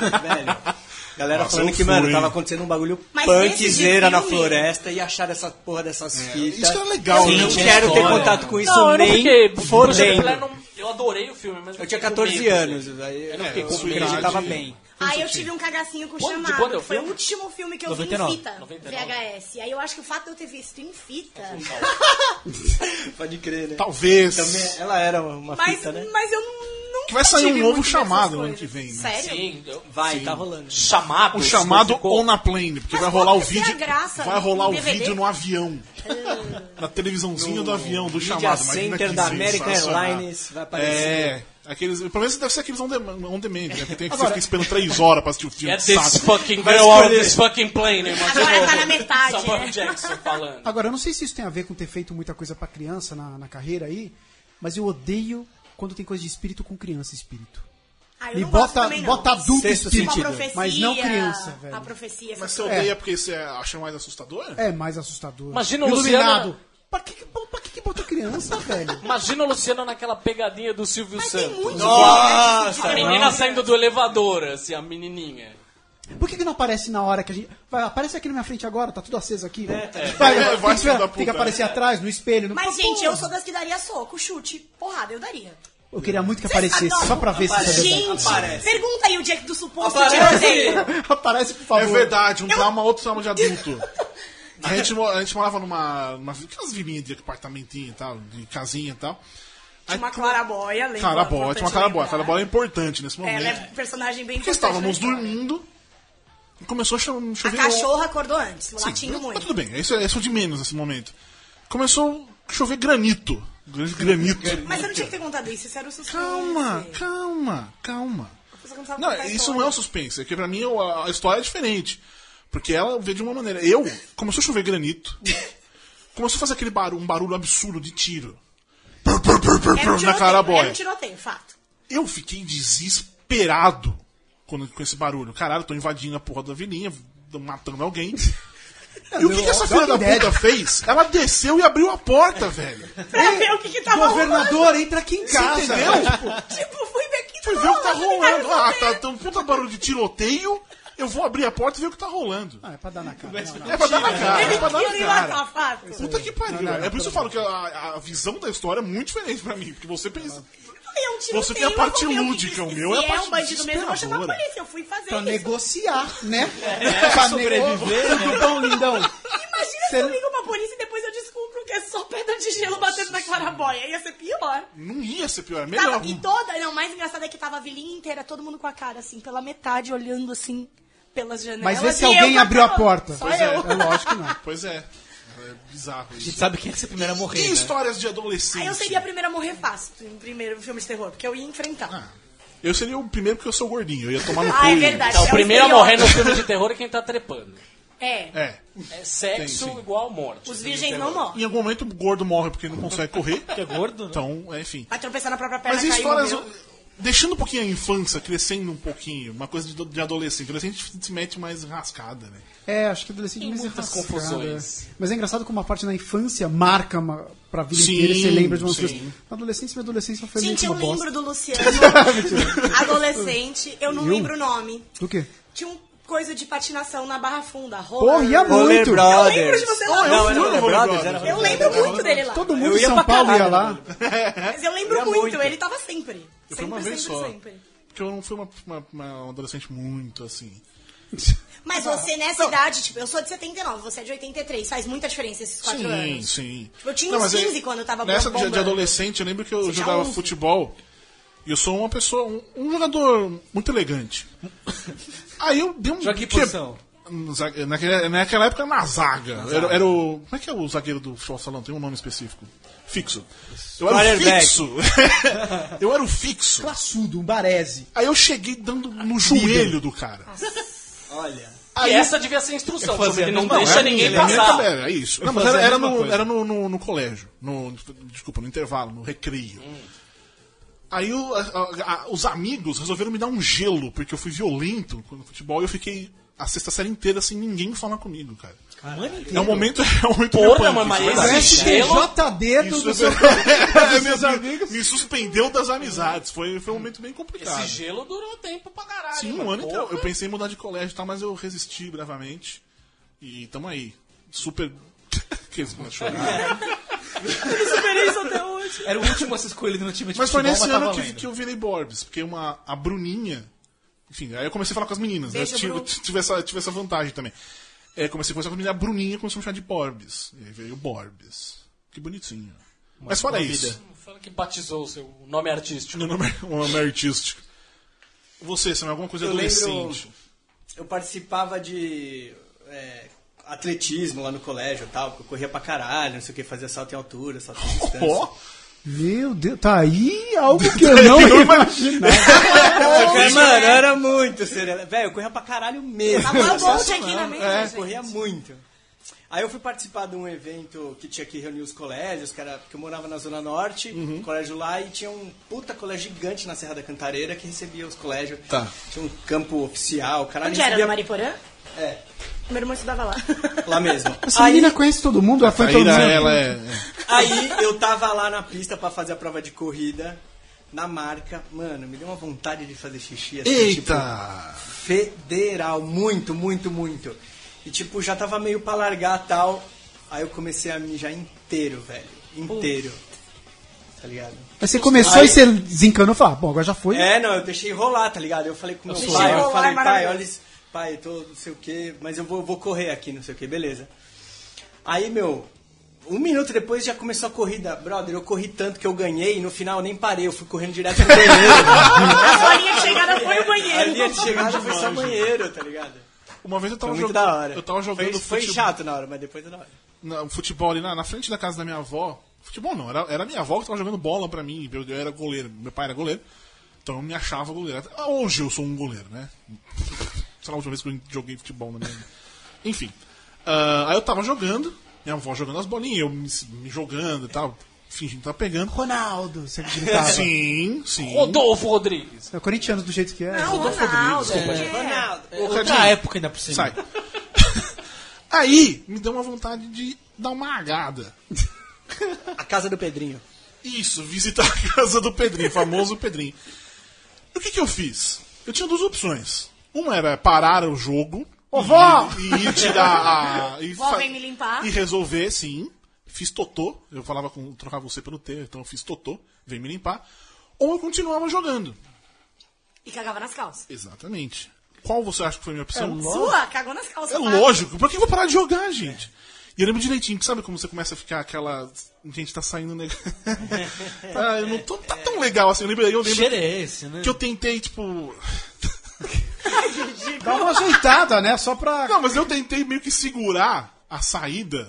G: Galera
A: Nossa,
G: falando
A: eu
G: que, mano,
A: fui.
G: tava acontecendo um bagulho
B: Mas esses de
G: punkzeira na
B: filme-
G: floresta e acharam essa porra dessas fitas.
A: isso que é legal,
G: eu
A: né?
G: não
A: Tinha
G: quero ter
C: história.
G: contato com isso
C: Não, eu não fiquei.
G: nem
C: Bruxa de Blair
G: fodendo.
C: não- Eu adorei o filme, mas.
G: Eu tinha 14
C: assim.
G: anos, aí eu
C: fiquei com
G: super
C: medo.
G: acreditava bem.
B: Aí eu tive um cagacinho com o
C: Quando- de
B: chamado.
C: quando é o
B: que foi o
C: filme?
B: último filme que eu vi
D: 99.
B: em fita.
C: 99.
B: VHS. Aí eu acho que o fato de eu ter visto em fita.
G: É um Pode crer, né?
A: Talvez.
G: Também, ela era uma
B: Mas,
G: fita, né?
B: mas eu não.
A: Que vai sair um
B: tive
A: novo
B: muito
A: chamado
B: dessas
A: no ano
B: coisas.
A: que vem, né?
B: Sério?
C: Sim, eu-
G: Vai, tá rolando.
C: chamado.
A: O chamado
C: ficou-
A: On a Plane, porque
B: Mas
A: vai rolar o
B: qual que é a
A: vídeo.
B: graça Um
A: vai rolar
B: no
A: o
B: DVD?
A: vídeo no avião.
B: Ah.
A: na televisãozinha do avião, do
G: Media
A: chamado. Imagina
G: Center
A: que
G: da American
A: sensacional.
G: Airlines vai aparecer.
A: É. Aqueles, pelo menos deve ser aqueles on demand, on demand né? Porque tem que você ficar esperando três horas pra assistir o
G: É
A: filme.
C: Get this
A: saco.
C: fucking
G: Vai
C: girl out of
G: escolher.
C: this fucking plane, irmão. de
B: Agora
C: novo.
B: tá na metade,
C: Samuel
B: né?
C: Jackson falando.
H: Agora, eu não sei se isso tem a ver com ter feito muita coisa pra criança na, na carreira aí, mas eu odeio quando tem coisa de espírito com criança e espírito.
B: Ah, eu
H: Me
B: não gosto
H: bota,
B: também, não.
H: bota adulto
G: Sexto
H: espírito,
B: Tipo, a
G: sentido.
B: profecia.
H: mas não criança,
B: A
H: velho.
B: profecia. essas
A: Mas você
B: coisas.
A: odeia porque você acha mais assustador?
H: É mais assustador.
C: Imagina o
H: Iluminado.
C: Luciano-
H: Pra que, pra que que botou criança, velho?
C: Imagina o Luciano naquela pegadinha do Silvio
B: Mas tem
C: Santos.
B: muito.
C: A menina saindo do elevador, assim, a menininha.
H: Por que, que não aparece na hora que a gente. Vai, aparece aqui na minha frente agora, tá tudo aceso aqui.
A: É,
H: Vai,
A: vai,
H: tem,
A: filho
H: que,
A: da
H: tem que
A: puta.
H: aparecer atrás, no espelho. No...
B: Mas,
H: Pô,
B: gente, eu sou das que daria soco, chute, porrada, eu daria.
H: Eu queria muito que aparecesse,
B: Adoro.
H: só pra ver se isso é verdade.
B: Gente,
G: Aparece.
B: pergunta aí o dia do suposto tipo, tiroteio.
G: Aparece!
H: Aparece, por favor.
A: É verdade, um trauma, outro trauma de adulto. A gente, mo- a gente morava numa. numa aquelas vilinhas de apartamentinho e tal, de casinha e tal.
B: Tinha uma clarabóia, lembra?
A: Caraboia, tinha uma
B: Importante
A: caraboia.
B: lembrar.
A: Caraboia é importante nesse momento.
B: Ela é um personagem bem
A: Porque
B: importante
A: estávamos
B: na história.
A: dormindo e começou a cho-
B: A
A: chover.
B: cachorra acordou antes, latindo
A: mas
B: muito.
A: tudo bem, isso é, isso é o de menos nesse momento. Começou a chover granito. Grande Granito.
B: Mas você não tinha que ter contado isso, isso era o suspense.
A: Calma, calma, calma.
B: Você começava a
A: Não,
B: contar a
A: isso
B: história.
A: não é um suspense. É que pra mim eu- a história é diferente. Porque ela vê de uma maneira. Eu, começou a chover granito. começou a fazer aquele barulho, um barulho absurdo de tiro. Prum, prum, prum, prum,
B: Era
A: prum,
B: um
A: na
B: tiroteio,
A: cara
B: era
A: boy.
B: um tiroteio, fato.
A: Eu fiquei desesperado quando, com esse barulho. Caralho, tô invadindo a porra da vilinha, matando alguém. E o que, que essa
H: dá uma
B: é
A: filha da
H: ideia.
A: puta fez? Ela desceu e abriu a porta, velho.
B: Pra ver o que que tava
H: Governador, entra aqui em casa. É,
A: Entendeu?
B: rolando. Tipo, fui ver o que
A: Fui ver o que tá rolando. Ah, tá, tá um puta barulho de tiroteio. Eu vou abrir a porta e ver o que tá rolando.
H: Ah, é pra dar na cara. Não, não.
A: É pra dar na cara, é pra dar
B: Ele
A: na
B: queria
A: cara.
B: matar fato.
A: Puta que pariu. é por isso que eu falo que a, a visão da história é muito diferente pra mim. Porque você pensa.
B: É um tiroteio,
A: Você tem a
B: eu
A: parte
B: vou ver que-
A: lúdica, o meu é a
B: Se
A: parte
B: um bandido mesmo, eu vou chamar a
A: desesperadora.
B: polícia. Eu fui fazer
H: Pra
B: É isso.
H: negociar, né? pra sobreviver. Tudo bom, lindão?
B: Imagina se eu ligo pra polícia e depois eu descubro que é só pedra de gelo batendo na clarabóia. Ia ser pior.
A: Não ia ser pior, é melhor.
B: Tava, e toda. Não, o mais engraçado é que tava a vilinha inteira, todo mundo com a cara assim, pela metade, olhando assim, pelas janelas.
H: Mas vê se
B: e eu
H: alguém
B: com
H: abriu a
B: cara-
H: porta.
B: Só
A: Pois
B: eu.
A: é.
H: É lógico que não.
A: Pois é. É bizarro
D: A gente
A: isso.
D: sabe quem é que você primeiro a morrer. né?
A: E histórias de adolescente?
B: Aí eu seria a primeira a morrer fácil, em primeiro filme de terror, porque eu ia enfrentar.
A: Ah, eu seria o primeiro porque eu sou gordinho. Eu ia tomar no cu.
B: Ah, é verdade.
C: Então,
B: é
C: o primeiro a morrer
B: estereótipo.
C: no filme de terror é quem tá trepando.
B: É.
A: É.
C: É sexo
A: Sim, sim.
C: igual morte.
B: Os virgens não morrem.
A: Em algum momento o gordo morre porque não consegue correr.
D: É gordo, né?
A: Então, é, enfim.
B: Vai tropeçar na própria perna
A: Mas e
B: e
A: histórias. Deixando um pouquinho a infância, crescendo um pouquinho, uma coisa de, do- de adolescente. Adolescente se mete mais rascada, né?
H: É, acho que adolescente
C: Tem
H: mais
C: muitas
H: enrascado,
C: confusões.
H: né? Mas é engraçado como a parte na infância marca uma, pra vida
A: Sim,
H: inteira e você lembra de umas
A: sim.
H: coisas. Na adolescência, minha adolescência foi meio
B: Gente,
H: que
B: eu
H: uma
B: lembro
H: bosta.
B: do Luciano, adolescente, eu não
H: Eu?
B: lembro o nome.
H: Do quê?
B: Tinha um coisa de patinação na Barra Funda, rola.
H: Porra, ia
G: Roller
H: muito.
G: Brothers.
B: Eu lembro de você lá.
G: Não,
B: Eu
G: era Roller
A: lembro.
G: Brothers. Era
B: Eu lembro muito dele lá.
H: Todo mundo
G: Eu
H: em
G: ia
H: São
G: pra
H: Paulo ia
G: caralho,
H: lá.
B: Mas eu lembro
G: Era
B: muito,
G: muito.
B: ele tava sempre.
A: Eu
B: sempre,
A: fui uma vez
B: sempre,
A: só.
B: sempre.
A: Porque eu não fui uma, uma- uma adolescente muito assim.
B: Mas você nessa idade, tipo, eu sou de 79, você é de 83, faz muita diferença esses quatro
A: Sim,
B: anos.
A: sim.
B: Tipo, eu tinha uns 15 quando eu tava
A: Nessa de,
B: bombando.
A: de adolescente, eu lembro que eu
B: Você tinha
A: jogava
B: 11.
A: futebol. E eu sou uma pessoa, um, um jogador muito elegante. Aí eu dei um.
D: Joga em
A: que-
D: posição.
A: um zague- Naquela, naquela época na zaga. Era, era o. Como é que é o zagueiro do futebol salão? Tem um nome específico. Fixo. Eu era o
G: Quarterback.
A: fixo. eu era o fixo.
H: Classudo, um barese.
A: Aí eu cheguei dando no joelho do cara.
G: Olha.
C: E essa devia ser a instrução.
D: Eu fazia
C: Ele
D: a
C: não
D: mesma
C: deixa
D: coisa.
C: ninguém
D: Ele é
A: Minha também
C: passar.
A: era, é isso. Não, mas
D: fazia
A: era,
D: a
A: era
D: mesma
A: no,
D: coisa.
A: era no, no- no colégio. No, desculpa, no intervalo, no recreio. Aí o- a- a- a- os amigos resolveram me dar um gelo, porque eu fui violento no futebol e eu fiquei a sexta série inteira sem ninguém falar comigo, cara.
D: Mano
A: É um momento, é um momento
C: Porra,
A: meu
C: mas-
A: punk, isso é
C: mas
A: verdade.
C: esse gelo-
H: STJD do,
A: Isso
H: do
A: é
H: seu
A: verdade.
H: dos
A: Me-
H: seus
A: me-
H: amigos.
A: Me suspendeu das amizades. Foi, foi um momento bem complicado.
C: Esse gelo durou tempo pra caralho.
A: Sim,
C: hein,
A: um
C: mano?
A: ano inteiro.
C: Porra.
A: Eu pensei em mudar de colégio, e tal, mas eu resisti bravamente. E tamo aí. Super. que isso, mano, chorar.
D: Era o último a ser escolhido no time de
G: tipo
A: Mas foi
D: futebol,
A: nesse
D: mas tá
A: ano que,
D: valendo.
A: que eu virei Borbs, porque uma, a Bruninha. Enfim, aí eu comecei a falar com as meninas, né?
B: Beijo,
A: Tive,
B: Bru.
A: tive, essa, tive essa vantagem também. É, comecei a conversar com a menina, a Bruninha começou a me chamar de Borbs. E aí veio o Borbs. Que bonitinho. Mas fora isso.
C: Fala que batizou o seu nome artístico.
A: Meu nome, é- o nome é artístico. Você, Sam, alguma coisa
G: Eu
A: adolescente.
G: lembro- Eu participava de é, atletismo lá no colégio e tal, porque eu corria pra caralho, não sei o que, fazia salto em altura, salto em distância.
A: Ó,
H: Meu Deus, tá aí algo que
A: Tá
H: eu não imaginava.
G: Cara, mano, eu era muito serena. Velho, eu corria pra caralho mesmo.
B: Tava
G: Não
B: bom
G: sei
B: de aqui
G: não.
B: na mesa,
G: É,
B: gente.
G: corria muito. Aí eu fui participar de um evento que tinha que reunir os colégios, que era, porque eu morava na Zona Norte, um colégio lá, e tinha um puta colégio gigante na Serra da Cantareira que recebia os colégios.
A: Tá.
G: Tinha um campo oficial, o caralho.
B: Onde era? No
G: recebia-
B: Mariporã?
G: É,
B: Meu irmão estudava lá.
G: lá mesmo.
H: Essa menina conhece todo mundo, ela foi todo mundo.
A: Taíra, ela é. é.
G: Aí eu tava lá na pista pra fazer a prova de corrida, na marca. Mano, me deu uma vontade de fazer xixi assim,
A: Eita!
G: tipo, federal, muito, muito, muito. E tipo, já tava meio pra largar tal. Aí eu comecei a mijar inteiro, velho. Inteiro. Tá ligado?
H: Aí você começou e você desencanou e falou, ah, bom, agora já foi.
G: É, não, eu deixei rolar, tá ligado? Eu falei com meu
B: Deixei
G: pai, eu
B: rolar,
G: falei, pai,
B: maravilhoso.
G: olha isso, pai, eu tô não sei o que, mas eu vou, vou correr aqui, não sei o que, beleza. Aí, meu, um minuto depois já começou a corrida, brother, eu corri tanto que eu ganhei e no final eu nem parei, eu fui correndo direto pro banheiro.
B: A sua linha de chegada foi o
G: a linha
B: banheiro.
G: de chegada foi só banheiro, tá ligado?
A: Uma vez eu
G: Foi
A: tava
G: muito
A: jogando.
G: da hora.
A: Eu tava jogando
G: foi, foi
A: futebol,
G: chato na hora, mas depois é da hora.
A: na- um futebol ali na, na frente da casa da minha avó. Futebol não, era, era minha avó que tava jogando bola pra mim. Eu, eu era goleiro, meu pai era goleiro. Então eu me achava goleiro. Até hoje eu sou um goleiro, né? Sei lá, a última vez que eu joguei futebol na minha vida. Enfim. ah, aí eu tava jogando, minha avó jogando as bolinhas, eu me, me jogando e tal, fingindo que tava pegando.
H: Ronaldo, você gritava.
A: Sim, sim.
C: Rodolfo Rodrigues.
H: É corintiano do jeito que é.
B: Não, Ronaldo. é.
G: Ronaldo, é,
D: Outra época ainda por cima.
A: Sai. Aí me deu uma vontade de dar uma agada.
G: a casa do Pedrinho.
A: Isso, visitar a casa do Pedrinho, famoso Pedrinho. E o que, que eu fiz? Eu tinha duas opções. Uma era parar o jogo
H: Ô, vó!
A: e ir tirar a. E
B: Vó,
A: fa-
B: vem me limpar.
A: E resolver, sim. Fiz totô. Eu falava com. trocava o C pelo T, então eu fiz totô, vem me limpar. Ou eu continuava jogando.
B: E cagava nas calças.
A: Exatamente. Qual você acha que foi a minha
H: É um
A: opção?
B: Sua, cagou nas calças. tá?
A: É lógico, pra que eu vou parar de jogar, gente? E eu lembro direitinho, que sabe como você começa a ficar aquela. Gente, tá saindo negócio. ah, eu não tô tá tão legal assim. Eu lembro, eu
D: Que
A: lembro
D: cheiro é esse, né?
A: que eu tentei, tipo.
H: Dá uma ajeitada, né? Só pra.
A: Não, mas eu tentei meio que segurar a saída.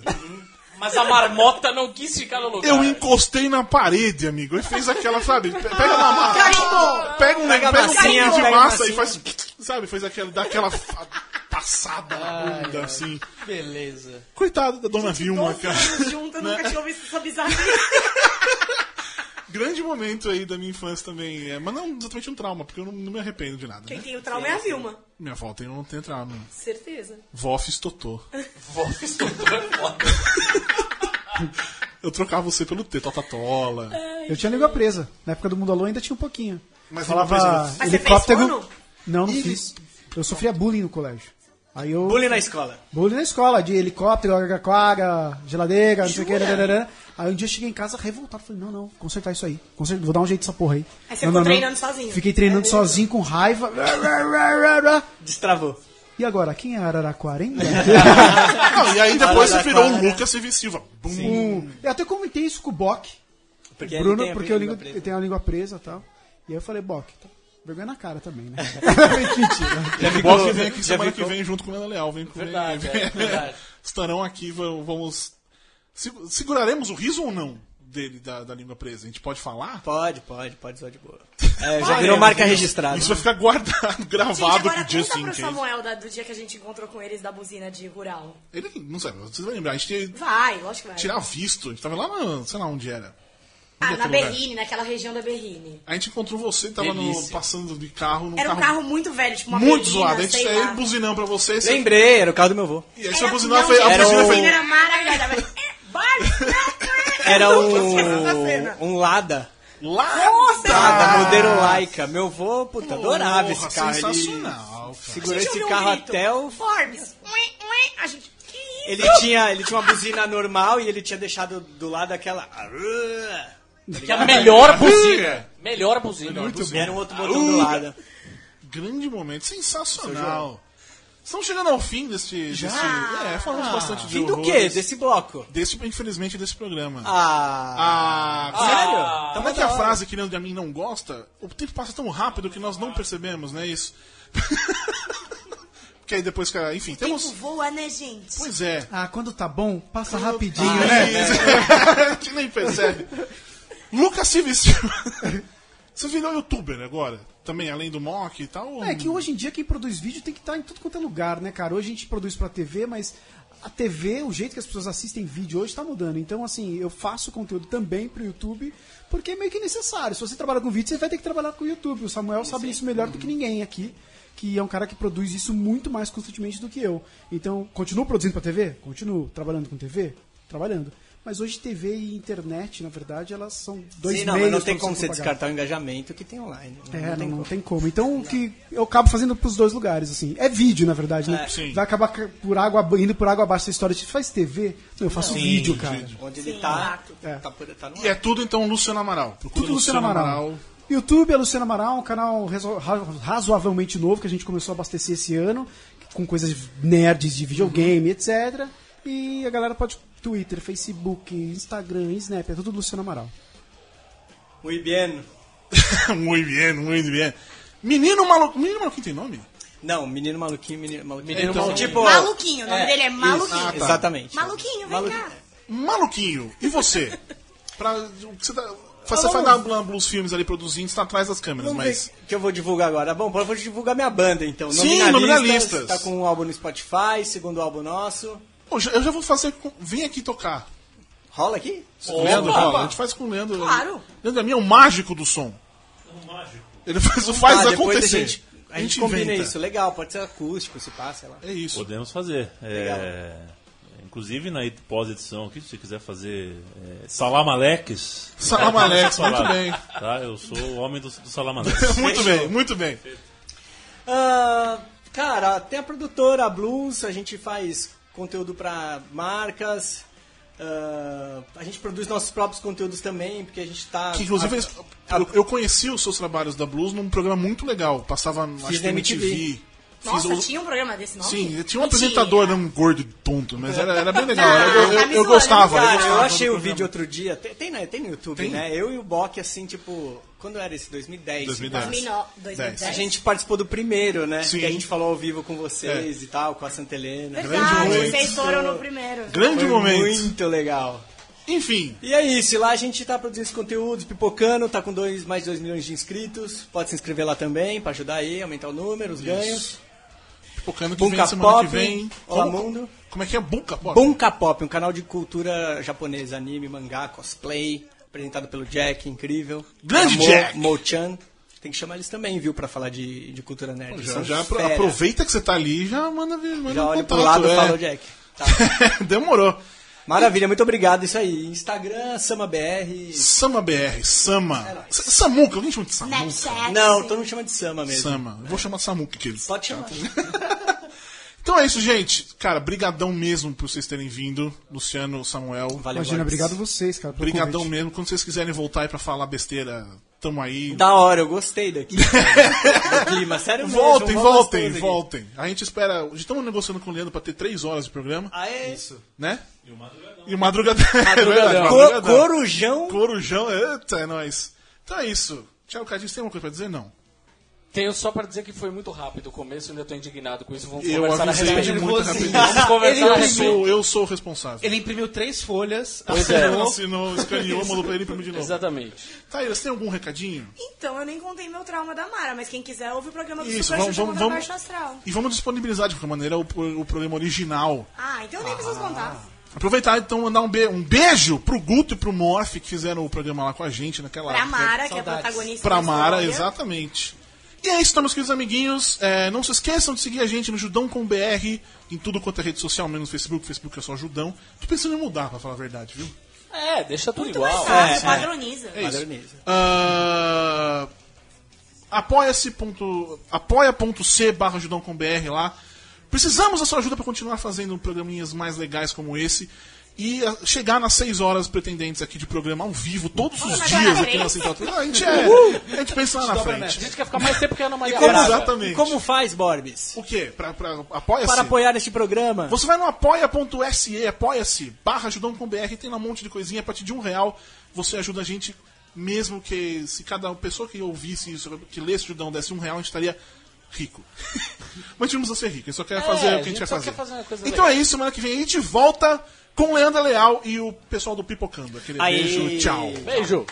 C: Mas a marmota não quis ficar no lugar.
A: Eu encostei na parede, amigo. E fez aquela, sabe? pe- Pega uma massa.
B: Carimbou.
A: Pega um,
G: Pega a
A: pega um
G: massinha,
A: pouquinho de
G: pega a
A: massa e
G: massinha.
A: faz. Sabe? Fez aquela. Dá aquela fa- passada na bunda, assim.
D: Beleza.
A: Coitado da dona Vilma,
B: Doze
A: cara. Né?
B: anos junto, eu nunca tinha ouvido essa bizarra.
A: Grande momento aí da minha infância também. é, mas não exatamente um trauma, porque eu não, não me arrependo de nada.
B: Quem
A: Né?
B: tem o trauma é a Vilma.
A: Minha avó tem, não tem trauma.
B: Certeza.
A: Vó fiz totô.
C: Vó, escutou, é foda.
A: Eu trocava você pelo T, totatola.
B: É.
H: Eu tinha língua presa. Na época do Mundo Alô ainda tinha um pouquinho.
A: Mas língua
H: Falava
A: presa
B: Mas você
H: helicóptero.
B: fez porno?
H: Não, não fiz. Eu sofria bullying no colégio. Aí eu.
G: Bullying na escola.
H: Bullying na escola, de helicóptero, agaquara, geladeira, não sei o que. dadadadá. Aí um dia eu cheguei em casa revoltado. Falei, não, não, consertar isso aí. Conserta, vou dar um jeito nessa porra aí.
B: Aí você ficou
H: Não, não, não.
B: treinando sozinho. É.
H: Fiquei treinando sozinho com raiva.
G: Destravou.
H: E agora, quem é Araraquara, hein?
A: Não, e aí depois você
G: Fala da
A: virou o
G: quadra.
A: Lucas e Silva. Bum.
H: Um- Eu até comentei isso com o Bock.
G: Porque
H: Bruno,
G: ele tem a
H: porque eu,
G: língua
H: ligo,
G: presa.
H: eu tenho a língua presa e tal. E aí eu falei, Bock, tá vergonha na cara também, né? Mentira.
A: Já
G: ficou-
A: que vem aqui
G: já
A: semana
G: ficou-
A: que vem junto com o Ana Leal. Vem com
C: Verdade,
A: vem,
C: é, verdade.
A: Estarão aqui, vamos. vamos- segu- Seguraremos o riso ou não dele, da, da língua presa? A gente pode falar?
G: Pode, pode, pode zoar de boa. É, já virou marca registrada.
A: Isso vai ficar guardado,
B: Gente,
A: gravado
B: agora
A: just
B: conta
A: in
B: pro
A: case.
B: Samuel da- do dia que a gente encontrou com eles da buzina de rural.
A: Ele, não sei, vocês vão lembrar. A gente
B: Vai, lógico que vai.
A: tirar visto. A gente tava lá, na, sei lá onde era.
B: Ah, na
A: outro
B: Berrine, naquela região da Berrine.
A: A gente encontrou você, tava no-
F: Delícia.
A: passando de carro num
B: Era um carro muito velho, tipo uma
A: muito
B: berlina,
A: zoado. A gente
B: sei
A: saiu
B: lá.
A: buzinando pra você. você-
G: Lembrei, era o carro do meu avô.
A: E aí
B: Era-
A: você buzinou,
B: não,
A: a fe- a
B: gente,
G: Era
A: buzina
G: o-
A: fez.
B: Era maravilhosa. Ela falou, "É, bora, não, não".
G: Era
B: Eu nunca esqueço essa cena.
G: um, um Lada.
B: Nossa!
G: Lada, modelo Laika. Meu avô, puta, adorava
A: Porra,
G: esse carro. Ele
A: Sensacional.
G: segurou
B: A gente
G: esse
B: ouviu um
G: carro
B: grito.
G: até o...
B: Forbes. Ui, ui. A gente... Que isso?
G: Ele tinha, ele tinha uma buzina normal e ele tinha deixado do lado aquela...
C: Que é a melhor buzina.
A: Buzina.
C: Melhor buzina.
G: Era um outro botão do lado.
A: Grande momento, sensacional. Estamos chegando ao fim deste. deste- é, falamos bastante de
G: Fim do
A: horrores.
G: quê? Desse bloco?
A: Deste, infelizmente, desse programa.
G: Ah...
A: Ah,
G: Sério? Tá
A: Como é
G: muito
A: que a
G: da hora.
A: frase que Leandro de mim não gosta, o tempo passa tão rápido que nós não percebemos, né? Isso. Porque aí depois que. a- Enfim,
B: Tempo
A: temos.
B: voa, né, gente?
A: Pois é.
H: Ah, quando tá bom, passa rapidinho, né?
A: Isso.
H: É.
A: A gente nem percebe. Lucas Silves. Você virou youtuber agora? Também, além do mock e tal?
H: É que hoje em dia quem produz vídeo tem que estar em tudo quanto é lugar, né, cara? Hoje a gente produz pra TV, mas a TV, o jeito que as pessoas assistem vídeo hoje tá mudando. Então, assim, eu faço conteúdo também pro YouTube, porque é meio que necessário. Se você trabalha com vídeo, você vai ter que trabalhar com o YouTube. O Samuel sabe isso melhor do que ninguém aqui, que é um cara que produz isso muito mais constantemente do que eu. Então, continuo produzindo pra TV? Continuo. Trabalhando com TV? Trabalhando. Mas hoje TV e internet, na verdade, elas são dois
G: Sim, não, mas
H: meios
G: não tem
H: pra
G: como você
H: propagar.
G: descartar o engajamento que tem online.
H: É,
G: tem
H: não, não
G: como.
H: tem como. Então, o que eu acabo fazendo pros dois lugares, assim. É vídeo, na verdade, né?
G: É.
A: Sim.
H: Vai acabar ca- por água, ab- indo por água abaixo essa história. Tipo, faz TV? Não, eu faço vídeo, cara.
G: Onde ele
B: Sim,
G: tá,
B: exato.
H: É.
G: tá, por- tá no
A: E é tudo então Luciano Amaral. Procura
H: Tudo Luciano Amaral. YouTube é Luciano Amaral, um canal razo- ra- razoavelmente novo que a gente começou a abastecer esse ano, com coisas nerds de videogame, etc. E a galera pode. Twitter, Facebook, Instagram, Snap, é tudo Luciano Amaral.
G: Muy bien.
A: muito bem, muito bem. um Menino maluco. Menino maluco tem nome?
G: Não, menino maluquinho, menino maluquinho.
A: Menino
G: Então,
A: maluquinho.
G: tipo,
B: Maluquinho, o nome dele é
G: isso,
B: Maluquinho.
A: Ah, tá.
G: Exatamente.
B: Maluquinho, vem cá.
A: Maluquinho, e você? pra, o que você dá- você faz na, na Blues Filmes ali produzindo, você tá atrás das câmeras,
G: Vamos
A: mas.
G: ver o que eu vou divulgar agora. Bom, eu vou divulgar minha banda, então.
A: Sim, Nominalistas.
G: Tá com um álbum no Spotify, segundo álbum nosso.
A: Pô, já- eu já vou fazer. Com, vem aqui tocar.
G: Rola aqui?
A: Com o Leandro, rola. A gente faz com o Leandro.
B: Claro.
A: Leandro mim é o mágico do som. Ele faz, faz
G: Ah, depois
A: acontecer.
G: A gente, a gente combina isso. Legal, pode ser acústico, se passa, sei lá.
A: É isso.
F: Podemos fazer. É, inclusive na ed- pós-edição aqui, se você quiser fazer é, salamaleques.
A: Salamaleques, muito
F: É, Falar,
A: bem.
F: Tá? Eu sou o homem do, do salamaleques.
A: Muito bem, muito bem.
G: Ah, cara, tem a produtora a Blues, a gente faz conteúdo pra marcas. ah, a gente produz nossos próprios conteúdos também, porque a gente tá.
A: Que, inclusive,
G: a-
A: eles-
G: a-
A: eu, eu conheci os seus trabalhos da Blues num programa muito legal. Passava, acho que
G: na
A: na MTV.
G: MTV.
A: Fiz
B: Nossa,
A: o-
B: tinha um programa desse nome?
A: Sim, tinha um
B: Mentira.
A: apresentador, né, um gordo tonto, mas era, era bem legal. Eu-
B: Ah,
A: eu, eu,
B: tá me zoando,
A: gostava.
G: Cara,
A: gostava
G: eu
A: do
G: achei o
A: programa.
G: vídeo outro dia. Tem, tem, na- tem no YouTube,
A: Tem?
G: né? Eu e o Bock, assim, tipo. Quando era esse? 2010.
A: 2010.
B: 2009,
G: assim, tá? A
B: 2010.
G: gente participou do primeiro, né?
A: Sim. É.
G: Que a gente falou ao vivo com vocês e tal, com a Santa Helena.
B: Verdade,
A: grande
B: vocês
A: momento.
B: foram no primeiro.
A: Grande
G: Foi
A: momento.
G: Muito legal.
A: Enfim,
G: E é isso, e lá a gente tá produzindo esse conteúdo, pipocando, tá com dois, mais de 2 milhões de inscritos. Pode se inscrever lá também pra ajudar aí, aumentar o número, os ganhos.
A: focando que vem
G: Bunka
A: semana
G: Pop,
A: que vem.
G: Olá
A: Como-
G: Mundo.
A: Como é que é Bunka Pop?
G: Bunka Pop, um canal de cultura japonesa, anime, mangá, cosplay, apresentado pelo Jack, incrível.
A: Grande
G: É, Mo-
A: Jack!
G: Mo-chan. Tem que chamar eles também, viu, pra falar de, de cultura nerd. Eles
A: Já,
G: são
A: já apro-
G: fera.
A: aproveita que você tá ali e já manda ver. Manda
G: Já
A: um
G: olha pro
A: contato,
G: lado e
A: é.
G: fala, "Ô, Jack. Tá.
A: Demorou.
G: Maravilha, muito obrigado, isso aí. Instagram, SamaBR.
A: Sama BR, Sama. S- Samuca, alguém chama de Samuca?
B: Snapchat.
G: Não,
B: sim.
G: todo mundo chama de Sama mesmo.
A: Sama. Eu vou chamar Samuca que eles.
G: Pode chamar.
A: Então é isso, gente. Cara, brigadão mesmo por vocês terem vindo. Luciano, Samuel.
G: Valeu,
H: Imagina,
G: Borges.
H: obrigado vocês, cara. pelo
A: Brigadão
H: convite.
A: mesmo. Quando vocês quiserem voltar aí pra falar besteira, tamo aí.
G: Da hora, eu gostei daqui. cara. Do clima, sério mesmo.
A: Voltem,
G: eu
A: voltem,
G: gosto
A: voltem. A gente espera. já Estamos negociando com o Leandro pra ter três horas de programa,
G: daqui. Aê, isso.
A: né? E o madrugadão. é verdade,
G: Co
A: madrugadão.
G: corujão.
A: Corujão, eita, é nóis. Então é isso. Tchau, Cadinho, você tem alguma coisa pra dizer? Não.
C: Tenho só pra dizer que foi muito rápido o começo, ainda tô indignado com isso. Vamos
A: Eu
C: conversar a
A: avisei de
C: respeito.
A: muita
D: Nervosinho.
A: rapidez.
C: assim, Vamos conversar a
A: Eu
C: respeito. é,
A: sou, eu sou o responsável.
D: Ele imprimiu três folhas.
B: assim,
A: Assinou, assinou, escaneou, mandou pra ele e pra mim de novo.
C: Exatamente.
A: Taíra, você tem algum recadinho?
B: Então, eu nem contei meu trauma da Mara, mas quem quiser ouve o programa do
A: Isso,
B: Super
A: vamos,
B: Xuxa
A: vamos,
B: contra o Baixo
A: vamos.
B: Astral.
A: E vamos disponibilizar de qualquer maneira o, o programa original.
B: Ah, então eu nem preciso contar.
A: Aproveitar então mandar um, be um beijo pro Guto e pro Morph que fizeram o programa lá com a gente naquela
B: Pra Mara, que é a
D: Saudades.
B: protagonista.
A: Pra
B: da
A: Mara,
B: história.
A: exatamente. E é isso, então, meus queridos amiguinhos. É, não se esqueçam de seguir a gente no Judão com BR, em tudo quanto é rede social, menos no Facebook. Facebook é só Judão. Tô pensando em mudar, pra falar a verdade, viu?
C: É, deixa tudo
B: Muito mais
C: igual.
B: fácil, padroniza.
A: É isso.
G: Padroniza.
A: Ah, Apoia-se. ponto- Apoia.c barra Judão com BR lá. Precisamos da sua ajuda para continuar fazendo programinhas mais legais como esse. E ah, chegar nas 6 horas pretendentes aqui de programa ao vivo, todos os
B: mas
A: dias
B: agora
A: aqui
B: é
A: na
B: isso.
A: Central. A gente é. A gente pensa lá na
B: né?
A: frente.
C: A gente quer ficar mais tempo que a Ana Maria
A: como-
C: Braga.
A: Exatamente. assim?
G: E como faz, Borbis?
A: O quê? Pra, pra, apoia-se?
G: Para apoiar este programa.
A: Você vai no apoia.se, apoia-se, barra ajudão com BR, tem lá um monte de coisinha, a partir de um real você ajuda a gente, mesmo que se cada pessoa que ouvisse isso, que lesse o ajudão desse um real, a gente estaria rico. Mas vamos a ser rico, a gente só quer fazer o que a gente,
C: É, gente
A: quer
C: só
A: fazer.
C: quer fazer uma coisa
A: então
C: legal.
A: é isso, semana que vem a gente volta com Leandra Leal e o pessoal do Pipocando. Aquele
G: Aê.
A: beijo, tchau.
C: Beijo.